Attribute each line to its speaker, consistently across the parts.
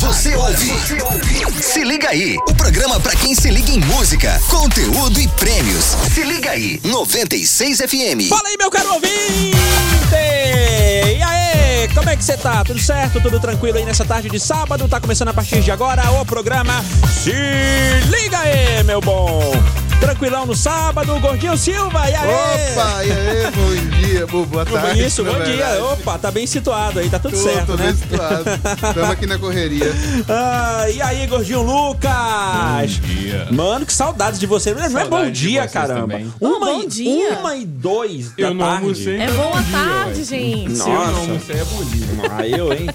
Speaker 1: Você ouve. Você ouve. Se liga aí. O programa pra quem se liga em música, conteúdo e prêmios. Se liga aí. 96 FM.
Speaker 2: Fala aí, meu caro ouvinte! E aí, como é que você tá? Tudo certo? Tudo tranquilo aí nessa tarde de sábado? Tá começando a partir de agora o programa Se Liga aí, meu bom! Tranquilão no sábado, Gordinho Silva, e aí?
Speaker 3: Opa, e aí, bom dia, boa, boa
Speaker 4: Tá,
Speaker 3: tarde.
Speaker 2: Isso,
Speaker 3: na
Speaker 2: bom
Speaker 3: verdade.
Speaker 2: dia. Opa, tá bem situado aí, tá tudo
Speaker 3: Tô,
Speaker 2: certo,
Speaker 3: tô
Speaker 2: né?
Speaker 3: bem situado. Estamos aqui na correria.
Speaker 2: Ah, e aí, gordinho Lucas?
Speaker 4: Bom dia.
Speaker 2: Mano, que saudades de você. Não é
Speaker 4: Saudade
Speaker 2: bom
Speaker 4: de
Speaker 2: dia,
Speaker 4: vocês
Speaker 2: caramba.
Speaker 4: também.
Speaker 2: Uma,
Speaker 5: Bom
Speaker 2: e,
Speaker 5: dia.
Speaker 2: uma e dois da
Speaker 4: Eu não
Speaker 2: tarde.
Speaker 4: almocei.
Speaker 5: É boa tarde, gente.
Speaker 4: Se eu não
Speaker 2: Nossa.
Speaker 4: almocei, é bom dia.
Speaker 2: Ah, eu, hein?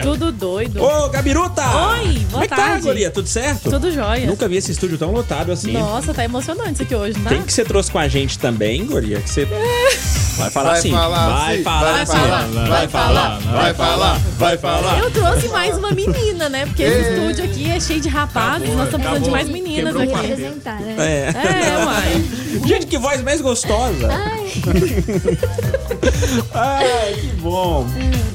Speaker 5: Tudo doido.
Speaker 2: Ô, Gabiruta!
Speaker 5: Oi, boa
Speaker 2: Como é que tá,
Speaker 5: tarde.
Speaker 2: guria? Tudo certo?
Speaker 5: Tudo jóia.
Speaker 2: Nunca vi esse estúdio tão lotado assim.
Speaker 5: Nossa, tá emocionante isso aqui hoje, né?
Speaker 2: Tem que você trouxe com a gente também, guria, que você...
Speaker 5: É.
Speaker 2: Vai falar
Speaker 3: Vai
Speaker 2: assim.
Speaker 3: falar
Speaker 2: vai
Speaker 3: sim,
Speaker 2: falar assim,
Speaker 3: vai
Speaker 2: sim.
Speaker 3: falar,
Speaker 5: vai falar,
Speaker 3: Vai falar, vai falar.
Speaker 5: Eu trouxe mais uma menina, né? Porque esse
Speaker 3: Ei.
Speaker 5: estúdio aqui é cheio de rapazes, nós estamos precisando de mais meninas
Speaker 4: Quebrou o
Speaker 5: aqui.
Speaker 6: apresentar, né?
Speaker 2: É.
Speaker 5: É, uai.
Speaker 2: Gente, que voz mais gostosa. Ai, que bom.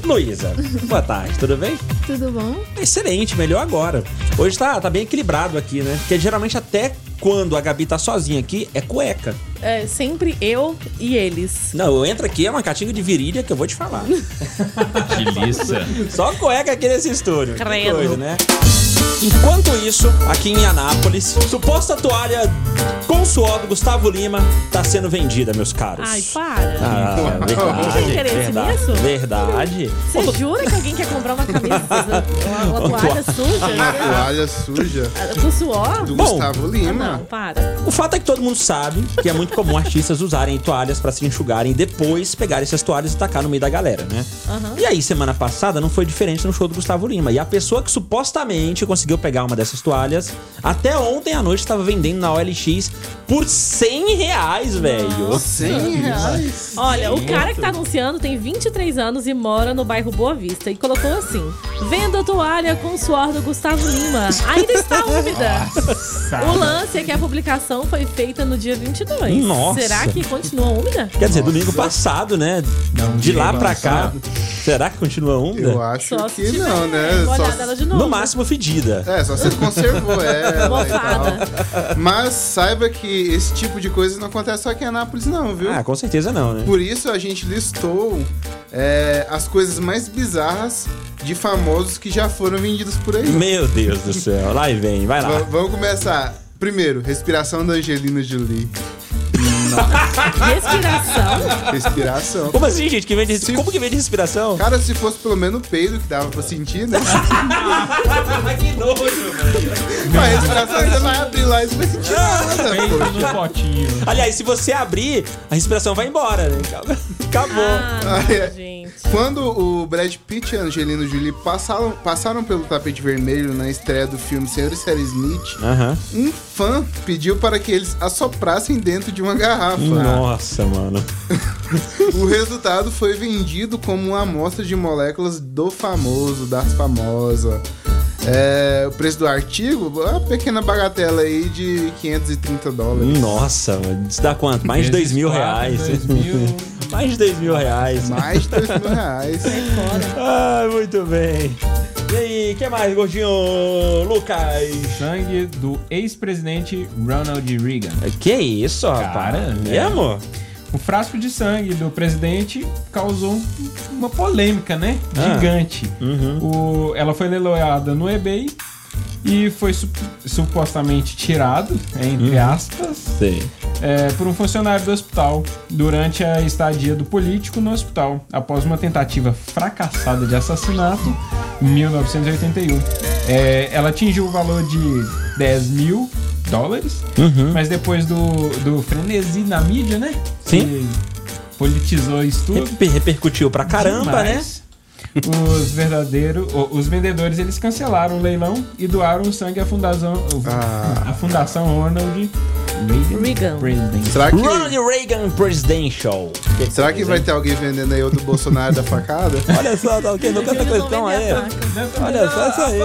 Speaker 2: Luísa, boa tarde, tudo bem?
Speaker 6: Tudo bom?
Speaker 2: Excelente, melhor agora. Hoje tá, tá bem equilibrado aqui, né? Porque geralmente até quando a Gabi tá sozinha aqui, é cueca.
Speaker 5: É, sempre eu e eles.
Speaker 2: Não, eu entro aqui, é uma catinga de virilha que eu vou te falar.
Speaker 4: Delícia.
Speaker 2: Só cueca aqui nesse estúdio. Que
Speaker 5: Credo.
Speaker 2: coisa, né? Enquanto isso, aqui em Anápolis, suposta toalha com suor do Gustavo Lima tá sendo vendida, meus caros.
Speaker 5: Ai, para.
Speaker 2: Ah, verdade,
Speaker 5: Tem interesse
Speaker 2: verdade,
Speaker 5: nisso?
Speaker 2: verdade.
Speaker 5: Você jura que alguém quer comprar uma camisa, uma, uma toalha
Speaker 3: A
Speaker 5: suja?
Speaker 3: toalha suja
Speaker 5: Com suor? Ah,
Speaker 3: do
Speaker 2: Bom.
Speaker 3: Gustavo
Speaker 5: Não,
Speaker 3: Lima.
Speaker 5: para.
Speaker 2: O fato é que todo mundo sabe que é muito comum artistas usarem toalhas pra se enxugarem e depois pegarem essas toalhas e tacar no meio da galera, né? E aí, semana passada, não foi diferente no show do Gustavo Lima. E a pessoa que supostamente conseguiu pegar uma dessas toalhas, até ontem à noite estava vendendo na OLX por 100 reais, velho.
Speaker 3: 100 reais.
Speaker 5: Olha, o cara que tá anunciando tem 23 anos e mora no bairro Boa Vista. E colocou assim: Venda toalha com suor do Gustavo Lima. Ainda está úmida. O lance é que a publicação foi feita no dia 22.
Speaker 2: Nossa.
Speaker 5: Será que continua úmida?
Speaker 2: Quer dizer, domingo passado, né?
Speaker 4: Não,
Speaker 2: De lá
Speaker 4: não,
Speaker 2: pra cá. Será que continua
Speaker 3: Eu
Speaker 2: úmida?
Speaker 3: acho
Speaker 5: Só se
Speaker 3: que
Speaker 5: tiver
Speaker 3: não, né? Só
Speaker 5: molhada
Speaker 3: se-
Speaker 5: ela de novo.
Speaker 2: No máximo fedida.
Speaker 3: É, só se conservou ela e
Speaker 5: Mofada.
Speaker 3: tal. Mas saiba que esse tipo de coisa não acontece só aqui em Anápolis, não, viu?
Speaker 2: Ah, com certeza não, né?
Speaker 3: Por isso a gente listou é, as coisas mais bizarras de famosos que já foram vendidos por aí.
Speaker 2: Meu Deus do céu. Lá e vem, vai
Speaker 3: Va-
Speaker 2: lá.
Speaker 3: vamos começar. Primeiro, respiração da Angelina Jolie.
Speaker 5: Respiração?
Speaker 3: Respiração.
Speaker 2: Como assim, gente? Que vende...
Speaker 3: Se-
Speaker 2: Como que vende respiração?
Speaker 3: Cara, se fosse pelo menos o peido que dava pra sentir, né?
Speaker 2: que nojo,
Speaker 3: Mas a respiração você vai abrir lá e você vai sentir nada,
Speaker 4: Feito
Speaker 3: pô.
Speaker 4: no potinho.
Speaker 2: Aliás, se você abrir, a respiração vai embora, né? Acabou.
Speaker 5: Ah, não,
Speaker 3: é.
Speaker 5: gente.
Speaker 3: Quando o Brad Pitt e a Angelina Jolie passaram, passaram pelo tapete vermelho na estreia do filme Senhor e Sarah
Speaker 5: Ah.
Speaker 3: Smith,
Speaker 2: Aham.
Speaker 3: um fã pediu para que eles assoprassem dentro de uma garrafa.
Speaker 2: Nossa, mano.
Speaker 3: O resultado foi vendido como uma amostra de moléculas do famoso, das famosa. É, o preço do artigo, uma pequena bagatela aí de 530
Speaker 2: Hum.
Speaker 3: dólares.
Speaker 2: Nossa, mano. Isso dá quanto? Mais de dois mil reais.
Speaker 4: Dois mil.
Speaker 2: Mais de dois mil reais.
Speaker 3: Mais de 3 mil reais.
Speaker 2: Ah, muito bem. E aí, o que mais, gordinho Lucas?
Speaker 4: Sangue do ex-presidente Ronald Reagan.
Speaker 2: Que isso, rapaz? É,
Speaker 4: Cara, né?
Speaker 2: Mesmo?
Speaker 4: O frasco de sangue do presidente causou um- uma polêmica, né?
Speaker 2: Ah. Uhum.
Speaker 4: Gigante. O- ela foi leiloada no eBay e foi su- supostamente tirado, entre
Speaker 2: Uhum.
Speaker 4: aspas,
Speaker 2: Sei.
Speaker 4: é, por um funcionário do hospital durante a estadia do político no hospital, após uma tentativa fracassada de assassinato em 1981. É, ela atingiu o valor de 10 mil dólares,
Speaker 2: Uhum.
Speaker 4: mas depois do, do frenesi na mídia, né?
Speaker 2: Sim.
Speaker 4: Que politizou isso tudo.
Speaker 2: Reper- repercutiu pra caramba, né?
Speaker 4: demais. Os verdadeiros, o- os vendedores, eles cancelaram o leilão e doaram o sangue à fundação,
Speaker 3: Ah.
Speaker 4: a fundação Ronald Reagan.
Speaker 5: Reagan.
Speaker 4: President.
Speaker 3: Será
Speaker 2: Ronald
Speaker 3: que,
Speaker 2: Reagan Presidential.
Speaker 3: será que vai ter alguém vendendo aí outro Bolsonaro da facada?
Speaker 2: Olha só, tá ok? Nunca essa
Speaker 5: Eles não
Speaker 2: questão
Speaker 3: então,
Speaker 2: aí.
Speaker 5: vendem
Speaker 3: é.
Speaker 5: a faca.
Speaker 4: Né,
Speaker 2: Olha só isso aí.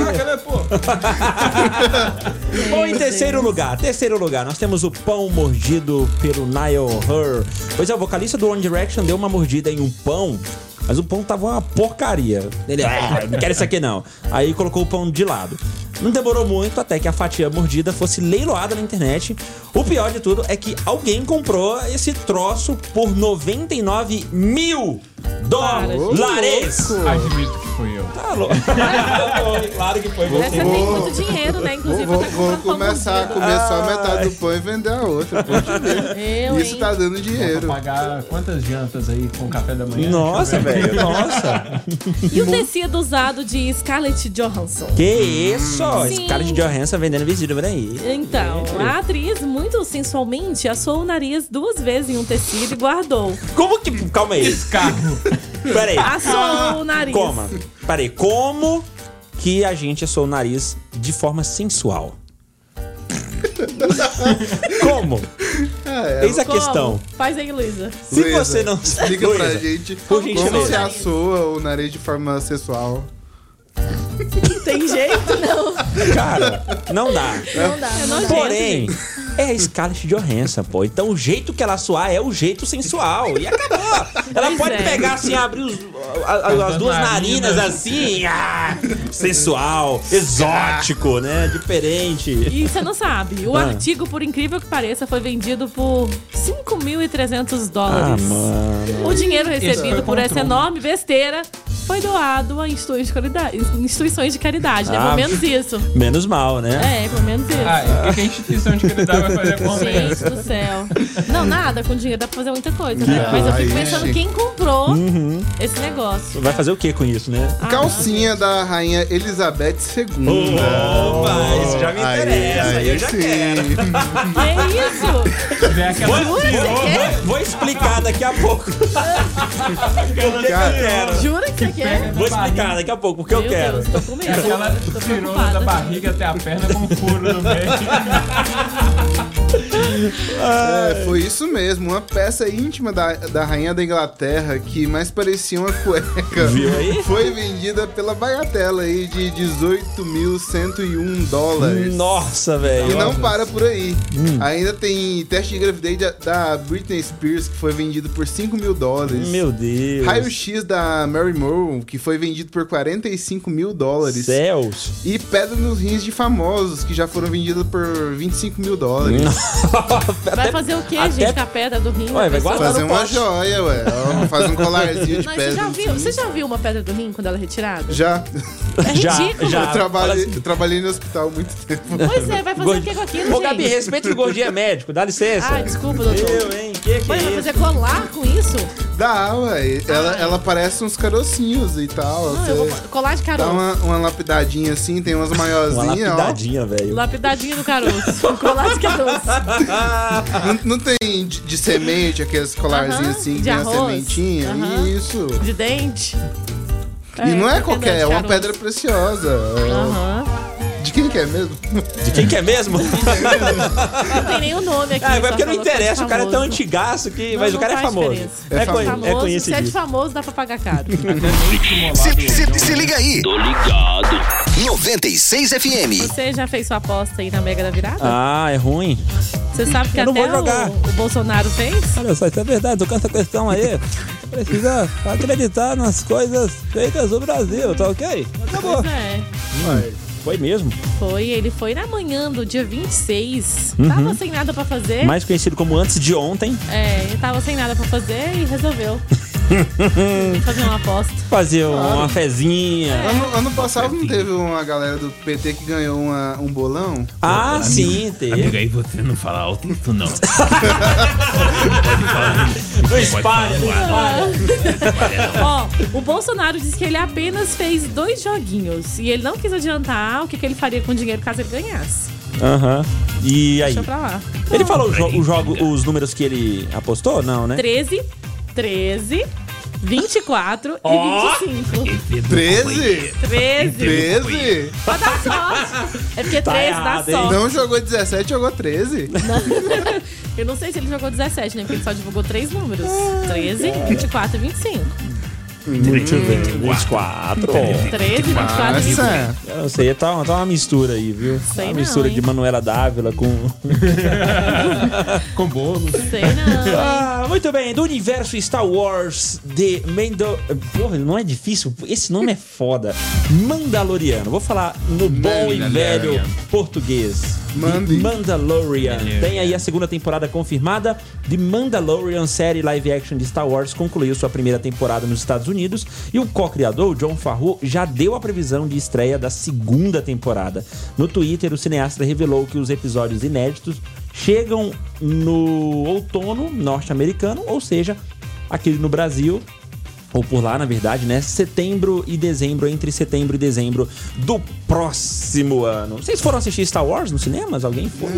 Speaker 2: Bom, em
Speaker 5: Meu
Speaker 2: terceiro lugar, terceiro lugar, nós temos o pão mordido pelo Niall Her. Pois é, o vocalista do One Direction deu uma mordida em um pão Mas o pão tava uma porcaria. Ele, ah, não quero isso aqui não. Aí colocou o pão de lado. Não demorou muito até que a fatia mordida fosse leiloada na internet. O pior de tudo é que alguém comprou esse troço por 99 mil dólares.
Speaker 4: Admito que fui eu.
Speaker 2: Tá louco. claro que foi.
Speaker 5: Essa
Speaker 2: você.
Speaker 5: tem
Speaker 3: Vou-
Speaker 5: muito dinheiro, né? Inclusive,
Speaker 3: Vou, vou-
Speaker 5: pra comprar
Speaker 3: vou
Speaker 5: pão
Speaker 3: começar a
Speaker 5: cozido.
Speaker 3: comer só metade do pão e vender a outra. pô.
Speaker 5: Eu,
Speaker 3: Isso
Speaker 5: hein?
Speaker 3: tá dando
Speaker 4: Pra
Speaker 3: dinheiro.
Speaker 4: pagar quantas jantas aí com o café da manhã?
Speaker 2: Nossa, velho. Nossa.
Speaker 5: E o tecido usado de Scarlett Johansson?
Speaker 2: Que isso? Esse
Speaker 5: Hum. Sim.
Speaker 2: cara de Johansson vendendo vestido por aí.
Speaker 5: Então, a atriz, muito sensualmente, assou o nariz duas vezes em um tecido e guardou.
Speaker 2: Como que. Calma aí.
Speaker 4: Carro.
Speaker 2: Pera aí.
Speaker 5: Ah, Assou o nariz.
Speaker 2: Ah, Coma. Pera aí. Como que a gente assou o nariz de forma sensual? Como?
Speaker 3: É,
Speaker 2: Eis a
Speaker 5: Como?
Speaker 2: questão.
Speaker 5: Faz aí, Luísa.
Speaker 2: Se
Speaker 3: Luísa,
Speaker 2: você não.
Speaker 3: Explica
Speaker 2: Luísa,
Speaker 3: pra gente
Speaker 2: por
Speaker 3: como
Speaker 2: gentileza.
Speaker 3: se assoa o nariz de forma sexual.
Speaker 5: Tem jeito? Não.
Speaker 2: Cara, não dá.
Speaker 5: Não dá. É nojento,
Speaker 2: Porém,
Speaker 5: gente.
Speaker 2: é a Scarlett Johansson, pô. Então o jeito que ela suar é o jeito sensual. E acabou. Ela
Speaker 5: Pois
Speaker 2: pode
Speaker 5: é.
Speaker 2: pegar assim, abrir os- a- a- as duas narinas assim. Ah, sensual, exótico, né? Diferente.
Speaker 5: E você não sabe. O
Speaker 2: Ah.
Speaker 5: artigo, por incrível que pareça, foi vendido por 5.300
Speaker 2: Ah,
Speaker 5: dólares.
Speaker 2: mano.
Speaker 5: O dinheiro
Speaker 4: Esse foi
Speaker 5: recebido
Speaker 4: o
Speaker 5: por essa
Speaker 4: controle.
Speaker 5: enorme besteira foi doado a instituições de caridade, instituições de caridade, né?
Speaker 2: Ah.
Speaker 5: Pelo menos isso.
Speaker 2: Menos mal, né?
Speaker 5: É, pelo menos isso.
Speaker 4: Ah, e o que que a instituição de caridade vai fazer com
Speaker 5: Gente
Speaker 4: isso?
Speaker 5: do céu. Não, nada, com dinheiro dá pra fazer muita coisa, né?
Speaker 3: Que
Speaker 5: Mas eu
Speaker 3: aí,
Speaker 5: fico pensando
Speaker 3: gente.
Speaker 5: quem comprou esse negócio.
Speaker 2: Vai fazer o que com isso, né?
Speaker 5: Ah,
Speaker 3: Calcinha da rainha Elizabeth II.
Speaker 2: Opa, isso já me
Speaker 3: Aí,
Speaker 2: interessa.
Speaker 3: aí
Speaker 2: eu já
Speaker 3: sim.
Speaker 2: quero.
Speaker 5: Que é isso?
Speaker 4: Vem aquela
Speaker 2: Vou, vou- vou explicar daqui a pouco. Porque eu quero.
Speaker 5: Jura que você quer?
Speaker 2: Vou explicar daqui a pouco, porque eu
Speaker 5: Meu
Speaker 2: quero.
Speaker 5: Deus, tô com medo.
Speaker 4: Aquela
Speaker 5: tô
Speaker 4: pirona da
Speaker 5: preocupada. né?
Speaker 4: barriga até a perna com um furo no meio.
Speaker 3: É, foi isso mesmo, uma peça íntima da, da rainha da Inglaterra que mais parecia uma cueca.
Speaker 2: Viu aí?
Speaker 3: Foi vendida pela bagatela aí de 18.101 dólares.
Speaker 2: Nossa,
Speaker 3: E
Speaker 2: velho.
Speaker 3: não para por aí.
Speaker 2: Hum.
Speaker 3: Ainda tem teste de gravidez da, da Britney Spears, que foi vendido por 5 mil dólares.
Speaker 2: Meu Deus.
Speaker 3: Raio-X da Mary Monroe, que foi vendido por 45 mil dólares.
Speaker 2: Céus.
Speaker 3: E Pedra nos Rins de Famosos, que já foram vendidas por 25 mil dólares.
Speaker 5: Vai fazer o quê,
Speaker 2: até-
Speaker 5: gente, com a pedra do rim?
Speaker 2: Ué, vai
Speaker 5: Pessoa-
Speaker 2: guardar.
Speaker 3: Fazer
Speaker 2: no
Speaker 3: uma
Speaker 2: pote.
Speaker 3: joia, ué. Ó, Faz um colarzinho de
Speaker 5: Não,
Speaker 3: pedra.
Speaker 5: você, já
Speaker 3: nos
Speaker 5: viu,
Speaker 3: rins.
Speaker 5: você já viu uma pedra do rim quando ela é retirada?
Speaker 3: Já.
Speaker 5: É ridículo.
Speaker 2: já.
Speaker 3: Eu
Speaker 2: Ah,
Speaker 3: trabalhei,
Speaker 2: fala assim.
Speaker 3: eu trabalhei no hospital há muito tempo.
Speaker 5: Pois é, vai fazer o que com aquilo,
Speaker 2: Ô,
Speaker 5: gente?
Speaker 2: Gabi, respeita o gordinho é médico, dá licença.
Speaker 5: Ah, desculpa, doutor.
Speaker 2: Eu, hein? Que que
Speaker 5: Mas
Speaker 2: é
Speaker 5: vai
Speaker 2: isso?
Speaker 5: fazer colar com isso?
Speaker 3: Dá, ué. Ela, ela parece uns carocinhos e tal.
Speaker 5: Não,
Speaker 3: você
Speaker 5: Ah, é. eu vou colar de
Speaker 3: Dá
Speaker 5: caroço.
Speaker 3: uma, uma lapidadinha assim, tem umas
Speaker 2: Uma
Speaker 3: maiorzinhas,
Speaker 2: lapidadinha, velho.
Speaker 5: Lapidadinho do caroço. colar de caroço.
Speaker 3: ó. Não, não tem de, de semente, aqueles colarzinhos
Speaker 5: Aham,
Speaker 3: assim, que
Speaker 5: de
Speaker 3: tem uma
Speaker 5: arroz.
Speaker 3: sementinha.
Speaker 5: Aham.
Speaker 3: Isso.
Speaker 5: De dente.
Speaker 3: e não é
Speaker 5: tá
Speaker 3: qualquer,
Speaker 5: vendo?
Speaker 3: é uma
Speaker 5: Caroço.
Speaker 3: pedra preciosa. É-
Speaker 5: Ah. Aham.
Speaker 3: De quem que é mesmo?
Speaker 2: De quem que é mesmo?
Speaker 5: Não tem nenhum nome aqui.
Speaker 2: Ah,
Speaker 5: só
Speaker 2: mas porque não
Speaker 5: falou que é de
Speaker 2: interessa, o cara é tão
Speaker 5: famoso.
Speaker 2: antigaço que.
Speaker 5: Não,
Speaker 2: Mas o
Speaker 5: não
Speaker 2: cara é
Speaker 5: faz
Speaker 2: famoso.
Speaker 5: diferença.
Speaker 2: É,
Speaker 3: É
Speaker 2: conhe-
Speaker 5: famoso,
Speaker 2: é
Speaker 5: se é de
Speaker 2: conhecido.
Speaker 5: famoso, dá pra pagar caro.
Speaker 1: Se, se- se liga aí. Tô ligado. 96 FM.
Speaker 5: Você já fez sua aposta aí na Mega da Virada?
Speaker 2: Ah, é ruim.
Speaker 5: Você sabe que
Speaker 2: Eu não
Speaker 5: até
Speaker 2: vou jogar.
Speaker 5: o, o Bolsonaro fez?
Speaker 2: Olha só, isso é verdade, tocando essa questão aí. Precisa acreditar nas coisas feitas do Brasil, tá ok? Acabou.
Speaker 5: Pois é.
Speaker 2: Foi mesmo.
Speaker 5: Foi, ele foi na manhã do dia 26.
Speaker 2: Uhum.
Speaker 5: Tava sem nada pra fazer.
Speaker 2: Mais conhecido como antes de ontem.
Speaker 5: É, ele tava sem nada pra fazer e resolveu. fazer uma aposta.
Speaker 2: Fazer uma
Speaker 5: É.
Speaker 2: fezinha.
Speaker 3: Ano, ano passado não teve uma galera do PT que ganhou uma- um bolão?
Speaker 2: Ah, sim, teve.
Speaker 6: Amiga, aí você não fala alto, isso não.
Speaker 2: Não espalha, não espalha.
Speaker 5: Ó, o Bolsonaro disse que ele apenas fez dois joguinhos e ele não quis adiantar o que, que ele faria com o dinheiro caso ele ganhasse.
Speaker 2: Aham. E aí?
Speaker 5: Deixa pra lá.
Speaker 2: Ele falou os jo- os jogo- os números que ele apostou? Não, né?
Speaker 5: 13, 13, 24 e 25.
Speaker 6: Pedro,
Speaker 3: 13?
Speaker 5: 13.
Speaker 3: 13?
Speaker 5: Pra dar sorte. É porque 13
Speaker 2: Tá
Speaker 5: dá
Speaker 2: errado, hein?
Speaker 5: sorte.
Speaker 3: Não jogou 17, jogou 13.
Speaker 5: Eu
Speaker 3: Ah, é.
Speaker 5: não sei se ele jogou 17, né? Porque ele só divulgou três números: 13, 24 e 25.
Speaker 2: Muito bem. 24.
Speaker 5: 13, 24 mil.
Speaker 3: Nossa,
Speaker 2: Eu não sei, tá, uma- tá uma mistura aí, viu?
Speaker 5: Sei
Speaker 2: uma
Speaker 5: não,
Speaker 2: mistura
Speaker 5: hein?
Speaker 2: de Manuela Dávila com.
Speaker 4: Com bolo.
Speaker 5: Sei não.
Speaker 2: Ah, muito bem, do universo Star Wars de Mando. Porra, não é difícil? Esse nome é foda. Mandaloriano. Vou falar no bom e
Speaker 3: Mandalorian.
Speaker 2: velho português.
Speaker 3: Mande.
Speaker 2: Mandalorian. Tem aí a segunda temporada confirmada de Mandalorian, série live action de Star Wars, concluiu sua primeira temporada nos Estados Unidos e o co-criador, o John Favreau, já deu a previsão de estreia da segunda temporada. No Twitter, o cineasta revelou que os episódios inéditos chegam no outono norte-americano, ou seja, aqui no Brasil, ou por lá, na verdade, né? Setembro e dezembro, entre setembro e dezembro do próximo ano. Vocês foram assistir Star Wars nos cinemas? Alguém foi?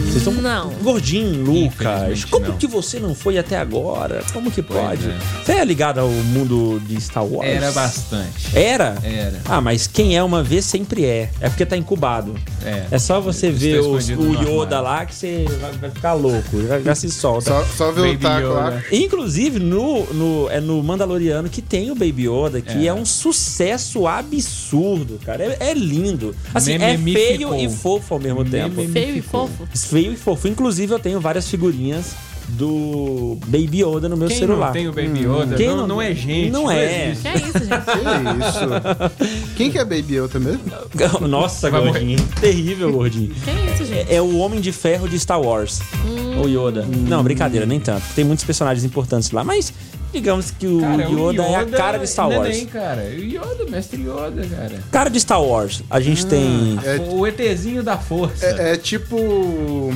Speaker 2: Vocês estão
Speaker 5: não.
Speaker 2: gordinho, Lucas.
Speaker 6: Infelizmente,
Speaker 2: Como
Speaker 6: não.
Speaker 2: que você não foi até agora? Como que pode?
Speaker 6: é.
Speaker 2: Você é ligado ao mundo de Star Wars?
Speaker 6: Era bastante.
Speaker 2: Era?
Speaker 6: Era.
Speaker 2: Ah, mas quem é uma vez sempre é. É porque tá incubado.
Speaker 6: É.
Speaker 2: É só você ver
Speaker 6: Estou
Speaker 2: o,
Speaker 6: escondido
Speaker 2: o
Speaker 6: no
Speaker 2: Yoda
Speaker 6: armário.
Speaker 2: lá que você vai, vai ficar louco. Já, já se solta.
Speaker 3: só, só ver o
Speaker 4: Baby
Speaker 3: taco lá.
Speaker 4: Yoda.
Speaker 2: Inclusive no, no, é no Mandaloriano que tem o Baby Yoda, que é, um sucesso absurdo, cara. É, é lindo. Assim, é
Speaker 4: Mememificou.
Speaker 2: feio e fofo ao mesmo tempo.
Speaker 5: Feio e fofo.
Speaker 2: Feio e fofo. Inclusive, eu tenho várias figurinhas do Baby Yoda no meu
Speaker 4: Quem
Speaker 2: celular. Hum.
Speaker 4: não tem o Baby Yoda
Speaker 2: Quem
Speaker 4: não,
Speaker 2: não-
Speaker 4: não é gente.
Speaker 2: não é.
Speaker 4: existe.
Speaker 5: Que é isso, gente?
Speaker 3: Que isso? Quem que é Baby Yoda mesmo?
Speaker 2: Nossa,
Speaker 4: Vai
Speaker 2: gordinho. Terrível, gordinho.
Speaker 5: Que é isso, gente?
Speaker 2: É o Homem de Ferro de Star Wars. O Yoda.
Speaker 4: Hum.
Speaker 2: Não, brincadeira, nem tanto. Tem muitos personagens importantes lá, mas digamos que o,
Speaker 4: Cara,
Speaker 2: Yoda,
Speaker 4: o
Speaker 2: é a cara de Star Wars.
Speaker 4: Neném, cara. O Yoda, mestre Yoda, cara.
Speaker 2: Cara de Star Wars. A gente
Speaker 4: Ah,
Speaker 2: tem.
Speaker 3: É-
Speaker 4: O ETzinho da força.
Speaker 3: É, é tipo.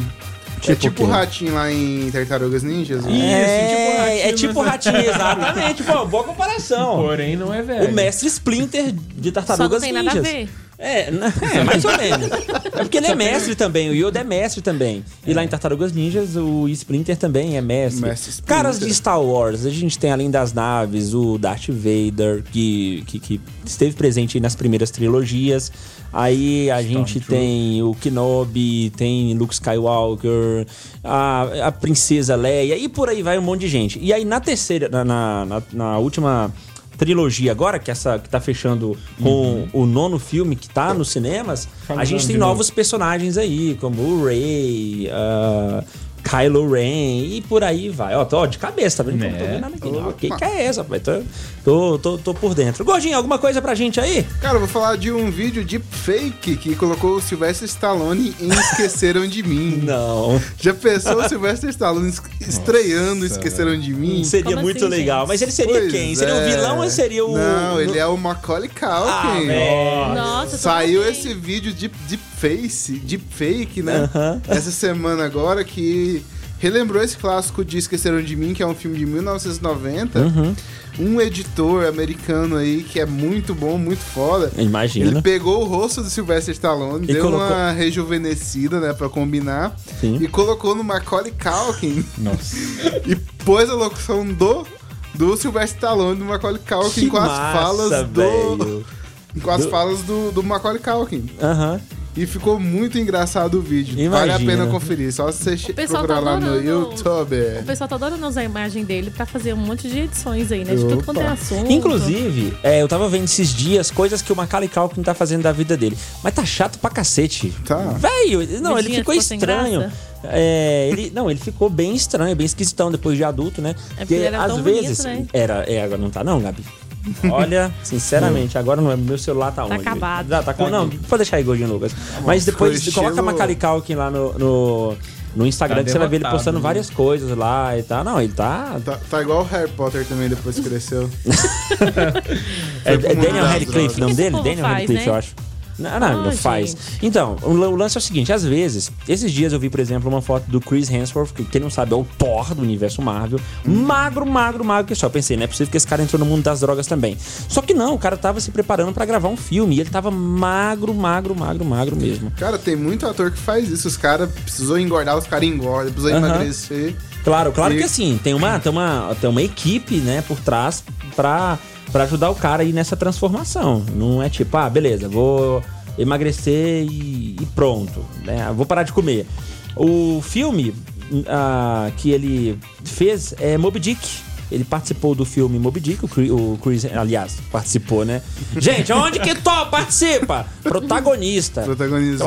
Speaker 2: Tipo
Speaker 3: é
Speaker 2: o quê?
Speaker 3: tipo o ratinho lá em Tartarugas Ninjas. né?
Speaker 2: É, é
Speaker 4: Isso, tipo
Speaker 2: tipo
Speaker 4: o
Speaker 2: ratinho, exatamente. Pô, boa comparação.
Speaker 4: Porém, não é velho.
Speaker 2: O mestre Splinter de
Speaker 3: Tá
Speaker 5: Só não
Speaker 2: Tartarugas
Speaker 5: tem
Speaker 2: Ninjas.
Speaker 5: nada a ver.
Speaker 2: É, né? É, mais ou menos. É porque ele é mestre também, o Yoda é mestre também. E lá em Tartarugas Ninjas, o Splinter também é mestre.
Speaker 3: É. Mestre Splinter.
Speaker 2: Caras de Star Wars, a gente tem além das naves, o Darth Vader, que, que, que esteve presente aí nas primeiras trilogias. Aí a gente tem o Kenobi, tem Luke Skywalker, a, a Princesa Leia, e por aí vai um monte de gente. E aí na terceira, na- na, na, na última trilogia agora, que essa que tá fechando com o nono filme que tá nos cinemas, a
Speaker 4: Uhum. Falando
Speaker 2: gente tem
Speaker 4: de
Speaker 2: novos personagens aí, como o Rey, ah, Kylo Ren e por aí vai. Ó, tô ó, de cabeça, tá vendo? Não tô vendo nada aqui, não. O que, que é essa, pai? Tô, tô, tô, tô por dentro. Gordinho, alguma coisa pra gente aí?
Speaker 3: Cara, eu vou falar de um vídeo de fake que colocou o Sylvester Stallone em Esqueceram de Mim.
Speaker 2: Não.
Speaker 3: Já pensou o Sylvester Stallone es- estreando Esqueceram de Mim?
Speaker 2: Seria
Speaker 5: Como
Speaker 2: muito
Speaker 5: assim,
Speaker 2: legal.
Speaker 5: gente?
Speaker 2: Mas ele seria
Speaker 3: Pois
Speaker 2: quem? Seria o
Speaker 3: é.
Speaker 2: vilão ou seria o.
Speaker 3: Não, ele é o Macaulay
Speaker 2: Ah,
Speaker 3: Culkin.
Speaker 2: velho.
Speaker 5: Nossa,
Speaker 3: Saiu
Speaker 5: tô
Speaker 3: esse vídeo de deep face, deep fake, né?
Speaker 2: Aham.
Speaker 3: Essa semana agora que relembrou esse clássico de Esqueceram de Mim, que é um filme de 1990.
Speaker 2: Uhum.
Speaker 3: Um editor americano aí que é muito bom, muito foda.
Speaker 2: Imagina.
Speaker 3: Ele é pegou o rosto do Sylvester Stallone,
Speaker 2: E
Speaker 3: deu
Speaker 2: colocou-
Speaker 3: uma rejuvenescida, né, pra combinar.
Speaker 2: Sim.
Speaker 3: E colocou no Macaulay Culkin
Speaker 4: Nossa.
Speaker 3: e pôs a locução do, do Sylvester Stallone do Macaulay Culkin
Speaker 2: Que
Speaker 3: com as
Speaker 2: massa,
Speaker 3: falas do...
Speaker 2: velho.
Speaker 3: Com as
Speaker 2: Do-
Speaker 3: falas do, do Macaulay Culkin.
Speaker 2: Aham.
Speaker 3: E ficou muito engraçado o vídeo. Vale a
Speaker 2: Imagina.
Speaker 3: pena conferir. Só você che-
Speaker 5: pessoal
Speaker 3: procurar
Speaker 5: tá
Speaker 3: lá no
Speaker 5: adorando.
Speaker 3: YouTube.
Speaker 5: O pessoal tá adorando usar a imagem dele pra fazer um monte de edições aí, né? De tudo quanto é
Speaker 3: Opa.
Speaker 5: assunto.
Speaker 2: Inclusive, é, eu tava vendo esses dias coisas que o Macaulay Culkin tá fazendo da vida dele. Mas tá chato pra cacete.
Speaker 3: Tá.
Speaker 2: Velho, não, ele
Speaker 5: Virgínia
Speaker 2: ficou
Speaker 5: ficou sem
Speaker 2: estranho.
Speaker 5: graça?
Speaker 2: É, ele, não, ele ficou bem estranho, bem esquisitão depois de adulto, né?
Speaker 5: É, porque ele era
Speaker 2: às
Speaker 5: tão
Speaker 2: vezes
Speaker 5: bonito, né?
Speaker 2: era, é, agora não tá não, Gabi. Olha, sinceramente, agora não é, meu celular tá, onde?
Speaker 5: acabado.
Speaker 2: Tá, tá com, não, pode deixar aí, Gordinho Lucas.
Speaker 6: Tá
Speaker 2: Mas depois
Speaker 3: ficou
Speaker 2: coloca
Speaker 3: estilo-
Speaker 2: Macaulay Culkin lá no, no, no Instagram,
Speaker 6: Tá
Speaker 2: que você vai ver ele
Speaker 6: derrotado,
Speaker 2: postando
Speaker 6: né?
Speaker 2: várias coisas lá e tal. Não, ele tá,
Speaker 3: Tá, tá igual o Harry Potter também, depois que cresceu.
Speaker 2: É, é
Speaker 3: pro mundo
Speaker 2: Daniel
Speaker 3: das
Speaker 2: Radcliffe
Speaker 3: drogas.
Speaker 2: o nome
Speaker 5: O que que esse
Speaker 2: dele?
Speaker 5: povo
Speaker 2: Daniel
Speaker 5: faz,
Speaker 2: Radcliffe,
Speaker 5: né?
Speaker 2: eu acho. Não, não,
Speaker 5: Ah,
Speaker 2: não faz. Então, o lan- o lance é o seguinte: às vezes, esses dias eu vi, por exemplo, uma foto do Chris Hemsworth, que quem não sabe é o Thor do universo Marvel. Magro, magro, magro, que só eu pensei, não é possível que esse cara entrou no mundo das drogas também. Só que não, o cara tava se preparando pra gravar um filme e ele tava magro, magro, magro, magro mesmo.
Speaker 3: Cara, tem muito ator que faz isso. Os caras precisou engordar, os caras engordam, precisou
Speaker 2: Aham.
Speaker 3: emagrecer.
Speaker 2: Claro, claro
Speaker 3: E-
Speaker 2: que assim, tem uma, tem uma, tem uma equipe, né, por trás pra, pra ajudar o cara aí nessa transformação. Não é tipo, ah, beleza, vou emagrecer e, e pronto, né? Vou parar de comer. O filme ah, que ele fez é Moby Dick. Ele participou do filme Moby Dick, o Chris, o Chris- aliás, participou, né? Gente, onde que Thor participa? Protagonista.
Speaker 3: Protagonizou,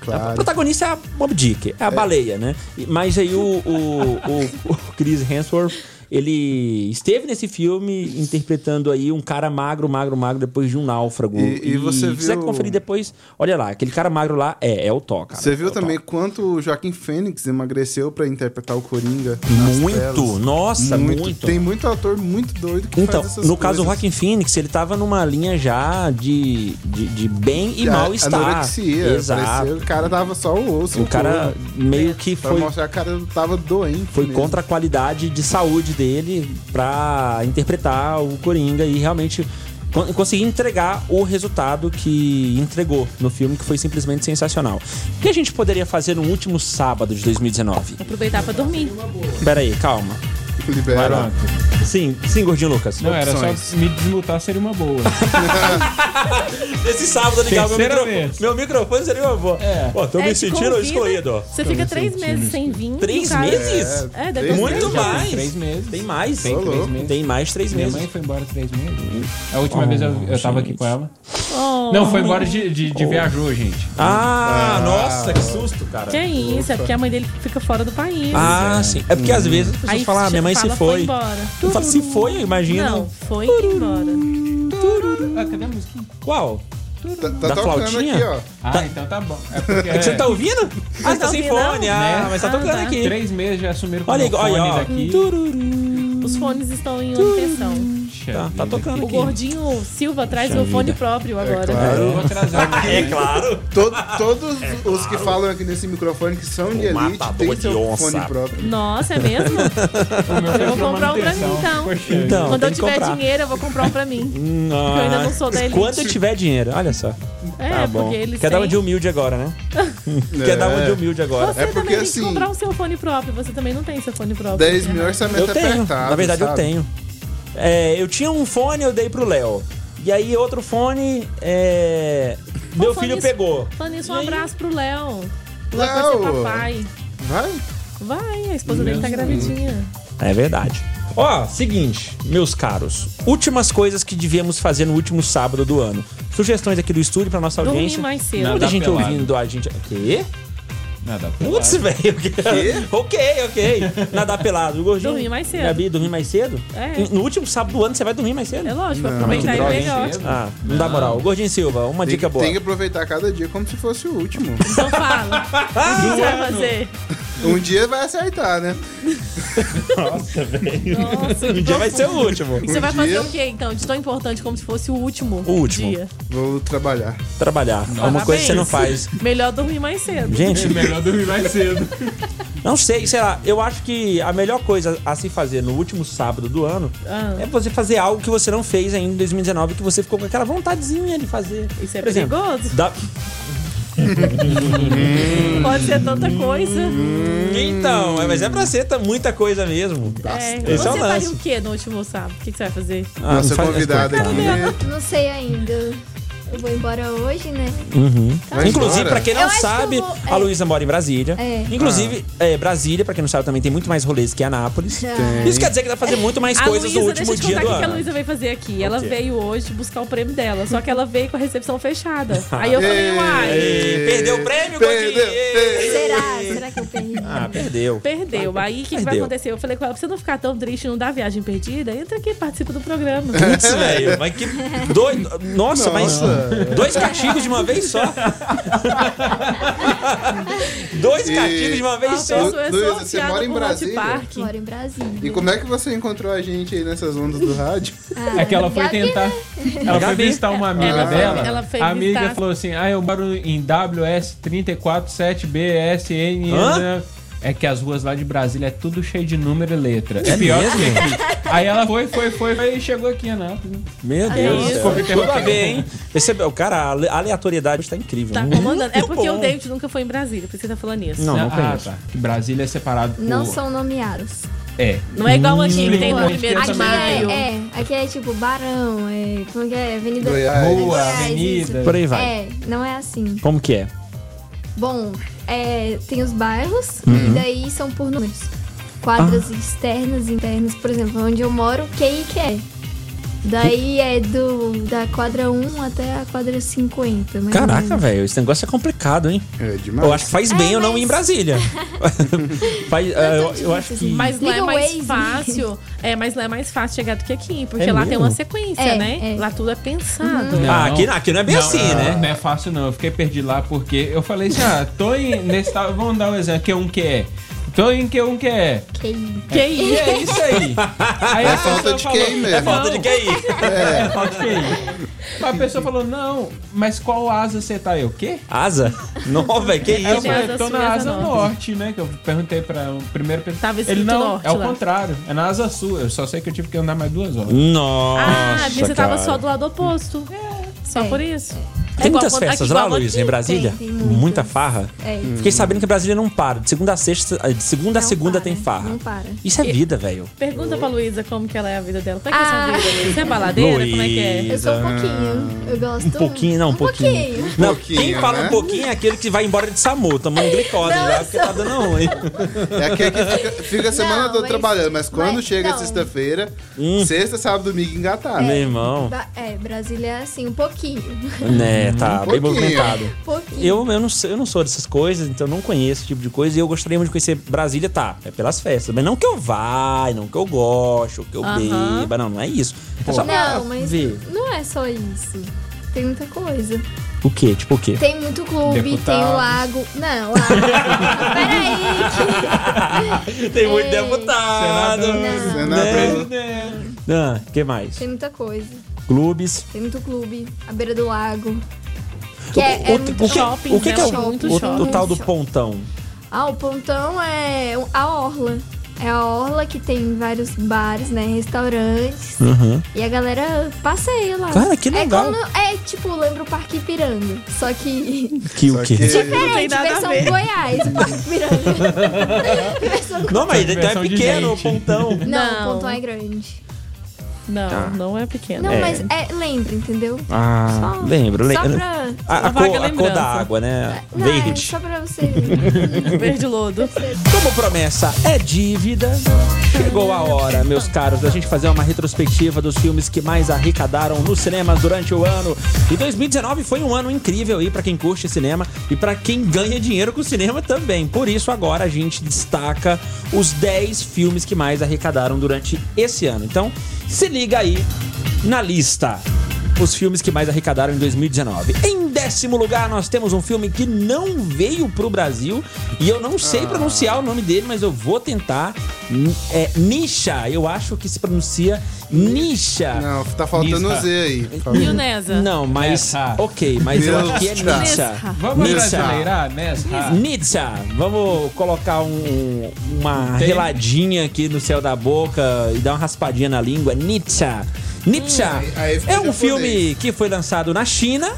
Speaker 3: claro.
Speaker 2: A protagonista é a Moby Dick, é a baleia, né? E- Mas aí o, o, o- o Chris Hemsworth, ele esteve nesse filme interpretando aí um cara magro, magro, magro, depois de um náufrago.
Speaker 3: E- e você
Speaker 2: se quiser
Speaker 3: viu-
Speaker 2: conferir depois, olha lá, aquele cara magro lá é, é o Thor, cara.
Speaker 3: Você
Speaker 2: É
Speaker 3: viu
Speaker 2: o Thor.
Speaker 3: também quanto o Joaquim Fênix emagreceu pra interpretar o Coringa? nas
Speaker 2: Muito,
Speaker 3: telas?
Speaker 2: nossa, muito.
Speaker 3: Tem muito ator muito doido que
Speaker 2: Então,
Speaker 3: faz essas
Speaker 2: no caso do
Speaker 3: coisas.
Speaker 2: Joaquim Phoenix, ele tava numa linha já de, de, de bem e
Speaker 3: A-
Speaker 2: mal-estar.
Speaker 3: Anorexia.
Speaker 2: Exato.
Speaker 3: parecia- o cara tava só o osso.
Speaker 2: O cara
Speaker 3: todo,
Speaker 2: meio que
Speaker 3: Pra
Speaker 2: foi
Speaker 3: mostrar que o cara tava doente.
Speaker 2: foi
Speaker 3: mesmo.
Speaker 2: contra a qualidade de saúde dele pra interpretar o Coringa e realmente con- conseguir entregar o resultado que entregou no filme, que foi simplesmente sensacional. O que a gente poderia fazer no último sábado de 2019?
Speaker 5: Aproveitar pra dormir.
Speaker 2: Pera aí, calma.
Speaker 3: Libera.
Speaker 2: Ah, Sim, sim, gordinho Lucas.
Speaker 4: Não, era
Speaker 3: Opções.
Speaker 4: só me desmutar seria uma boa.
Speaker 2: Esse sábado ligar meu
Speaker 4: Terceira
Speaker 2: microfone.
Speaker 4: vez.
Speaker 2: Meu microfone seria uma boa.
Speaker 4: É.
Speaker 2: Pô, tô
Speaker 5: É,
Speaker 2: me
Speaker 5: te
Speaker 2: sentindo
Speaker 5: convida,
Speaker 2: excluído. ó.
Speaker 5: Você fica três meses sem vir.
Speaker 2: Três
Speaker 5: no caso.
Speaker 2: meses?
Speaker 5: É,
Speaker 3: Três
Speaker 5: deve
Speaker 2: Muito
Speaker 3: meses.
Speaker 2: mais.
Speaker 4: Três meses.
Speaker 2: Tem mais.
Speaker 4: Tem
Speaker 3: três
Speaker 2: Tem,
Speaker 4: meses.
Speaker 2: mais três
Speaker 4: Minha
Speaker 2: meses.
Speaker 4: mãe foi embora três meses. A última vez eu, eu tava aqui com ela.
Speaker 5: Oh,
Speaker 4: Não, foi embora de, de, de viajou, gente.
Speaker 2: Ah, nossa, que susto, cara.
Speaker 5: Que é isso, é porque a mãe dele fica fora do país.
Speaker 2: Ah, sim. É porque às vezes as pessoas falam, ah, minha mãe
Speaker 5: fala,
Speaker 2: se foi.
Speaker 5: embora.
Speaker 2: Eu falo, se foi, eu imagino.
Speaker 5: Não, foi embora.
Speaker 4: Ah, cadê a musiquinha?
Speaker 2: Qual?
Speaker 3: Tá, tá
Speaker 2: Da
Speaker 3: tocando
Speaker 2: flautinha?
Speaker 3: aqui, ó.
Speaker 4: Ah,
Speaker 2: Tá-
Speaker 4: então tá bom. É porque
Speaker 2: É que você tá ouvindo? Ah, você tá sem
Speaker 5: ouvindo, não?
Speaker 2: fone. Ah,
Speaker 4: Né?
Speaker 2: mas tá
Speaker 5: Ah,
Speaker 2: tocando
Speaker 5: tá.
Speaker 2: aqui.
Speaker 4: três meses já assumiram com
Speaker 2: Olha
Speaker 4: o
Speaker 2: aí,
Speaker 4: fone
Speaker 2: olha aí, ó.
Speaker 4: daqui.
Speaker 2: Tururu.
Speaker 5: Os fones estão em manutenção.
Speaker 4: Puxa
Speaker 2: Tá, tá
Speaker 4: vida.
Speaker 2: tocando
Speaker 5: O
Speaker 2: aqui.
Speaker 5: gordinho Silva traz o fone próprio agora.
Speaker 3: claro.
Speaker 4: Eu vou trazer.
Speaker 2: É claro.
Speaker 3: To- todos os que falam aqui nesse microfone que são de elite
Speaker 2: matador
Speaker 3: têm
Speaker 2: de
Speaker 3: seu
Speaker 2: onça.
Speaker 3: fone próprio.
Speaker 5: Nossa, é mesmo?
Speaker 4: O meu foi
Speaker 5: Eu vou
Speaker 4: pra
Speaker 5: comprar um pra mim,
Speaker 4: manutenção.
Speaker 5: então.
Speaker 4: Poxa,
Speaker 2: Então,
Speaker 5: Quando
Speaker 2: tem
Speaker 5: eu
Speaker 2: que
Speaker 5: tiver
Speaker 2: comprar. Hum,
Speaker 5: dinheiro, eu vou comprar um pra mim.
Speaker 2: Porque
Speaker 5: eu ainda não sou da elite.
Speaker 2: Ah. Quando eu tiver dinheiro, olha só.
Speaker 5: É,
Speaker 2: tá bom.
Speaker 5: porque eles
Speaker 2: Quer dar uma
Speaker 5: têm-
Speaker 2: de humilde agora, né? Quer dar uma de humilde agora.
Speaker 5: Você
Speaker 3: É porque,
Speaker 5: também tem
Speaker 3: assim,
Speaker 5: que comprar o seu fone próprio. Você também não tem seu fone próprio.
Speaker 3: 10
Speaker 5: né?
Speaker 3: mil orçamento
Speaker 2: Eu tenho.
Speaker 3: apertado.
Speaker 2: Na verdade, eu
Speaker 3: sabe?
Speaker 2: tenho. É, eu tinha um fone, eu dei pro Léo. E aí, outro fone, é, meu
Speaker 5: fone
Speaker 2: filho
Speaker 5: es-
Speaker 2: pegou.
Speaker 5: Falando nisso, um
Speaker 2: E aí?
Speaker 5: abraço pro Léo. O Léo vai ser
Speaker 3: Léo!
Speaker 5: papai.
Speaker 3: Vai?
Speaker 5: Vai, a esposa dele tá
Speaker 4: Meu
Speaker 5: gravidinha.
Speaker 2: É verdade. Ó, seguinte, meus caros. Últimas coisas que devíamos fazer no último sábado do ano. Sugestões aqui do estúdio pra nossa
Speaker 5: Dormir
Speaker 2: audiência.
Speaker 5: mais cedo.
Speaker 2: Muita
Speaker 4: Nadar
Speaker 2: gente
Speaker 4: pelado.
Speaker 2: ouvindo a gente. O quê?
Speaker 4: Nada.
Speaker 2: Putz, velho. ok, ok. Nadar pelado. O Gordinho.
Speaker 5: Dormir mais cedo.
Speaker 2: Gabi, dormir mais cedo?
Speaker 5: É.
Speaker 2: No último sábado do ano você vai dormir mais cedo?
Speaker 5: É lógico,
Speaker 3: Não,
Speaker 2: Um-
Speaker 5: aproveitar
Speaker 2: que
Speaker 5: e
Speaker 2: droga,
Speaker 5: pegar
Speaker 4: hein,
Speaker 5: ótimo.
Speaker 2: Ah, não dá moral. Gordinho Silva, uma
Speaker 3: Tem,
Speaker 2: dica boa.
Speaker 3: tem que aproveitar cada dia como se fosse o último.
Speaker 5: Então fala.
Speaker 2: Um
Speaker 5: O que você vai fazer?
Speaker 3: um dia vai acertar, né?
Speaker 5: Nossa,
Speaker 2: Um dia vai ser o último.
Speaker 5: E você vai fazer
Speaker 3: dia-
Speaker 5: o quê, então? De tão importante como se fosse o último,
Speaker 2: Um O último.
Speaker 5: dia.
Speaker 3: Vou trabalhar.
Speaker 2: Trabalhar. É uma coisa que você não faz.
Speaker 5: Melhor dormir mais cedo.
Speaker 2: Gente,
Speaker 4: é, Melhor dormir mais cedo.
Speaker 2: não sei, sei lá. Eu acho que a melhor coisa a se fazer no último sábado do ano
Speaker 5: Ah.
Speaker 2: é você fazer algo que você não fez ainda em 2019, que você ficou com aquela vontadezinha de fazer.
Speaker 5: Isso é
Speaker 2: Por exemplo,
Speaker 5: perigoso.
Speaker 2: dá- Hum.
Speaker 5: Pode ser tanta coisa.
Speaker 2: Então, é, mas é pra ser tá, muita coisa mesmo.
Speaker 5: É.
Speaker 2: Esse é o
Speaker 5: Você faria
Speaker 2: lance.
Speaker 5: o quê no último sábado? O que que você vai fazer?
Speaker 2: Ah,
Speaker 3: Nossa
Speaker 2: não faz-
Speaker 3: convidada aqui. é
Speaker 7: Não sei ainda. Eu vou embora hoje, né?
Speaker 3: Vai
Speaker 2: Inclusive,
Speaker 3: embora.
Speaker 2: pra quem não
Speaker 7: Eu acho que eu
Speaker 2: sabe,
Speaker 7: vou-
Speaker 2: a
Speaker 7: é.
Speaker 2: Luísa mora em Brasília.
Speaker 7: É.
Speaker 2: Inclusive, é, Brasília, pra quem não sabe, também tem muito mais rolês que Anápolis. Isso quer dizer que dá pra fazer muito mais
Speaker 5: A
Speaker 2: coisas
Speaker 5: Luísa,
Speaker 2: no
Speaker 5: deixa
Speaker 2: último
Speaker 5: eu te
Speaker 2: dia
Speaker 5: contar
Speaker 2: do
Speaker 5: o que que a
Speaker 2: ano.
Speaker 5: Luísa veio fazer aqui. Ela
Speaker 2: quê?
Speaker 5: veio hoje buscar o prêmio dela, só que ela veio com a recepção fechada. Aí eu falei, uai,
Speaker 2: Ei, perdeu o prêmio,
Speaker 3: Perdeu,
Speaker 2: Gordinho! Ei.
Speaker 7: Será? Será que eu perdi?
Speaker 2: Ah, perdeu.
Speaker 5: perdeu. Aí o que, que vai
Speaker 2: Perdeu.
Speaker 5: acontecer? Eu falei com ela, pra você não ficar tão triste, não dar viagem perdida, entra aqui e participa do programa.
Speaker 2: Putz, velho, mas que doido. Nossa, mas dois castigos de uma vez só. dois
Speaker 3: E-
Speaker 2: castigos de uma
Speaker 5: A
Speaker 2: vez só.
Speaker 5: pessoa é
Speaker 3: Luísa, você
Speaker 5: sorteada
Speaker 3: mora em
Speaker 5: pro Hot
Speaker 3: Brasília?
Speaker 5: Park.
Speaker 7: Moro em Brasília.
Speaker 3: E como é que você encontrou a gente aí nessas ondas do rádio?
Speaker 7: Ah,
Speaker 4: É que ela foi
Speaker 7: Gabi, né?
Speaker 4: tentar. Ela foi
Speaker 2: Gabi.
Speaker 4: visitar uma amiga
Speaker 5: Ela foi-
Speaker 4: dela.
Speaker 5: ela foi
Speaker 4: a amiga
Speaker 5: visitar-
Speaker 4: falou assim: Ah, eu moro em WS347BSN.
Speaker 2: Hã?
Speaker 4: É que as ruas lá de Brasília é tudo cheio de número e letra. É pior que aqui. Aí ela foi, foi, foi, foi e chegou aqui, né?
Speaker 2: Meu Deus.
Speaker 5: isso.
Speaker 2: do céu. Tudo a ver, hein? Percebeu? Cara, a ale- aleatoriedade tá incrível.
Speaker 5: Tá
Speaker 2: né?
Speaker 5: comandando. É
Speaker 2: Muito
Speaker 5: porque o
Speaker 2: bom.
Speaker 5: David nunca foi em Brasília, por isso que você tá falando isso.
Speaker 2: Não, não
Speaker 4: ah,
Speaker 2: conheço.
Speaker 4: tá. Que Brasília é separado por...
Speaker 7: Não são nomeados.
Speaker 4: É.
Speaker 5: Não é igual aqui, que tem
Speaker 4: Hum,
Speaker 5: no primeiro de
Speaker 7: Aqui
Speaker 5: maio.
Speaker 7: é, é, aqui é tipo Barão, é, como que é? Avenida
Speaker 3: Goiás.
Speaker 7: é,
Speaker 4: Rua,
Speaker 7: Goiás,
Speaker 4: avenida.
Speaker 7: isso.
Speaker 2: Por aí vai.
Speaker 7: É, não é assim.
Speaker 2: Como que é? Uhum.
Speaker 7: Bom, é, tem os bairros, e daí são por números.
Speaker 2: Ah.
Speaker 7: quadras externas e internas. Por exemplo, onde eu moro, QI que é. Daí é do, da quadra 1 até a quadra 50. mais ou
Speaker 2: Caraca,
Speaker 7: menos.
Speaker 2: velho, esse negócio é complicado, hein?
Speaker 3: É demais.
Speaker 2: Eu acho que faz bem
Speaker 7: É,
Speaker 2: eu não
Speaker 7: mas-
Speaker 2: ir em Brasília. Faz- ah,
Speaker 7: Não é
Speaker 2: eu,
Speaker 7: tão
Speaker 2: eu acho
Speaker 7: difícil
Speaker 2: que.
Speaker 7: assim.
Speaker 5: Mas lá é
Speaker 7: Liga o
Speaker 5: mais
Speaker 7: Waze.
Speaker 5: fácil. É, mas lá é mais fácil chegar do que aqui, porque
Speaker 2: É
Speaker 5: lá tem uma
Speaker 2: mesmo?
Speaker 5: sequência,
Speaker 7: É,
Speaker 5: né?
Speaker 7: é.
Speaker 5: Lá tudo é
Speaker 4: Uhum.
Speaker 5: pensado.
Speaker 2: Ah, aqui, não- aqui não é bem assim, né?
Speaker 4: Não é fácil, não. Eu fiquei perdido lá porque eu falei assim: ah, tô em. Nesse tal, vamos dar um exemplo, que é um que é. Tô em que é um que é.
Speaker 7: QI.
Speaker 5: Que
Speaker 4: E
Speaker 5: isso?
Speaker 4: é isso aí. aí
Speaker 3: É
Speaker 4: a
Speaker 3: falta
Speaker 4: pessoa
Speaker 3: de
Speaker 4: falou,
Speaker 3: QI mesmo. É
Speaker 2: Falta de QI.
Speaker 4: É, é falta de QI. Aí a pessoa falou: não, mas qual asa você tá? Eu, o quê?
Speaker 2: Asa? Não, velho, que
Speaker 4: Aí eu
Speaker 2: isso?
Speaker 5: Tem
Speaker 4: falei,
Speaker 5: asa
Speaker 4: tô
Speaker 5: sul e
Speaker 4: na
Speaker 5: asa
Speaker 4: asa
Speaker 5: norte."
Speaker 4: norte, né? Que eu perguntei pra um primeiro pessoa.
Speaker 5: Tava
Speaker 4: Ele
Speaker 5: escrito
Speaker 4: não, é o
Speaker 5: norte lá.
Speaker 4: contrário. É na asa sul. Eu só sei que eu tive que andar mais duas horas.
Speaker 2: Nossa.
Speaker 5: Ah, porque você tava
Speaker 2: cara.
Speaker 5: só do lado oposto. Só por isso. É
Speaker 2: Tem
Speaker 5: igual
Speaker 2: muitas
Speaker 5: quando-
Speaker 2: festas
Speaker 5: aqui,
Speaker 2: lá,
Speaker 5: igual
Speaker 2: Luiz,
Speaker 5: aqui.
Speaker 2: em Brasília?
Speaker 7: tem muitas.
Speaker 2: Muita farra.
Speaker 7: É.
Speaker 2: Fiquei sabendo que Brasília não para. De segunda a sexta, de segunda a
Speaker 7: Não
Speaker 2: segunda
Speaker 7: para, né?
Speaker 2: tem farra.
Speaker 7: Não para.
Speaker 2: Isso é vida, velho.
Speaker 5: Pergunta pra Luísa como que ela é a vida dela. Como é que é a sua
Speaker 7: Ah.
Speaker 5: vida, Luísa? Você é baladeira? Como é que é?
Speaker 2: Luísa.
Speaker 7: Eu sou um pouquinho. Eu gosto.
Speaker 2: Um pouquinho, não, um pouquinho. Não, quem
Speaker 3: Pouquinho,
Speaker 2: fala um
Speaker 3: né?
Speaker 2: pouquinho é aquele que vai embora de Samu, tomando glicose
Speaker 7: Não,
Speaker 2: já,
Speaker 7: eu
Speaker 2: porque tá dando ruim.
Speaker 3: É aquele que fica, fica a semana
Speaker 7: Não,
Speaker 3: toda
Speaker 7: mas-
Speaker 3: trabalhando, mas quando
Speaker 7: mas
Speaker 3: chega
Speaker 7: não.
Speaker 3: sexta-feira, sexta, sábado, domingo engatar.
Speaker 2: Hum. Meu
Speaker 3: né?
Speaker 2: irmão.
Speaker 7: Ba- É, Brasília é assim, um pouquinho. um
Speaker 2: Né, tá bem
Speaker 3: pouquinho.
Speaker 2: movimentado.
Speaker 7: pouquinho.
Speaker 2: Eu, eu, não, sei- eu não sou dessas coisas, então não conheço esse tipo de coisa. E eu gostaria muito de conhecer Brasília, tá? É pelas festas. Mas não que eu vá, e não que eu gosto, que eu
Speaker 5: Aham.
Speaker 2: beba. Não, não é isso. É só pra
Speaker 7: Não, mas
Speaker 2: ver.
Speaker 7: não é só isso. Tem muita coisa.
Speaker 2: O quê? Tipo o quê?
Speaker 7: Tem muito clube, tem
Speaker 4: Deputados.
Speaker 7: o lago. Não, lago. Peraí.
Speaker 2: Tem muito
Speaker 7: É.
Speaker 2: deputado.
Speaker 7: Não.
Speaker 2: Né?
Speaker 3: Senador.
Speaker 2: Ah, que mais?
Speaker 7: Tem muita coisa.
Speaker 2: Clubes.
Speaker 7: Tem muito clube, a beira do lago.
Speaker 2: O-
Speaker 7: Que é, é
Speaker 2: o,
Speaker 7: muito
Speaker 2: o que,
Speaker 5: shopping,
Speaker 2: o que,
Speaker 5: né?
Speaker 2: que é
Speaker 5: Tem
Speaker 2: o,
Speaker 5: muito
Speaker 2: o- o
Speaker 5: shopping.
Speaker 2: tal do
Speaker 7: Shopping.
Speaker 2: pontão?
Speaker 7: Ah, o pontão é a orla. É a orla que tem vários bares, né? Restaurantes.
Speaker 2: Uhum.
Speaker 7: E a galera passeia lá.
Speaker 2: Cara, que legal.
Speaker 7: É, como- é, tipo, lembra o Parque Ipiranga. Só que.
Speaker 2: Que
Speaker 3: Só
Speaker 2: o quê?
Speaker 3: que-
Speaker 5: Não tem
Speaker 7: Diferente,
Speaker 5: nada a
Speaker 7: versão
Speaker 5: ver.
Speaker 7: Goiás, o Parque Ipiranga. versão...
Speaker 2: Não, mas
Speaker 4: Só
Speaker 2: então
Speaker 4: diversão
Speaker 2: é
Speaker 4: de
Speaker 2: pequeno o
Speaker 4: gente.
Speaker 2: pontão.
Speaker 7: Não,
Speaker 5: Não.
Speaker 7: o pontão é grande.
Speaker 2: Tá.
Speaker 5: Não, não é pequena.
Speaker 7: Não,
Speaker 2: É.
Speaker 7: mas é, lembra, entendeu?
Speaker 2: Ah,
Speaker 7: Só-
Speaker 2: lembro,
Speaker 7: Só
Speaker 2: lembro.
Speaker 7: pra.
Speaker 2: A, a cor, a
Speaker 5: Uma vaga
Speaker 2: cor
Speaker 5: lembrança.
Speaker 2: da água, né?
Speaker 7: Não, é
Speaker 2: Verde.
Speaker 7: só pra você.
Speaker 5: É. Verde lodo.
Speaker 2: Como promessa é dívida, chegou a hora, meus caros, da gente fazer uma retrospectiva dos filmes que mais arrecadaram nos cinemas durante o ano. E 2019 foi um ano incrível aí pra quem curte cinema e pra quem ganha dinheiro com o cinema também. Por isso agora a gente destaca os 10 filmes que mais arrecadaram durante esse ano. Então, se liga aí na lista os filmes que mais arrecadaram em 2019. Em décimo lugar, nós temos um filme que não veio pro Brasil e eu não sei pronunciar o nome dele, mas eu vou tentar. N- É Nisha, eu acho que se pronuncia Nisha.
Speaker 3: Não, tá faltando
Speaker 4: Lista.
Speaker 3: Z aí.
Speaker 2: Né?
Speaker 5: E o Nesa?
Speaker 2: Não, mas.
Speaker 4: Nessa.
Speaker 2: Ok, mas eu acho que é
Speaker 3: Nessa.
Speaker 2: Nisha.
Speaker 4: Vamos
Speaker 2: Nisha.
Speaker 4: brasileirar, né?
Speaker 3: Ah.
Speaker 2: Nitsa, vamos colocar um- uma reladinha aqui no céu da boca e dar uma raspadinha na língua. Nitsa. Nitsa
Speaker 3: Hum. aí- aí fica
Speaker 2: é um
Speaker 3: japonês. Hum.
Speaker 2: filme que foi lançado na China,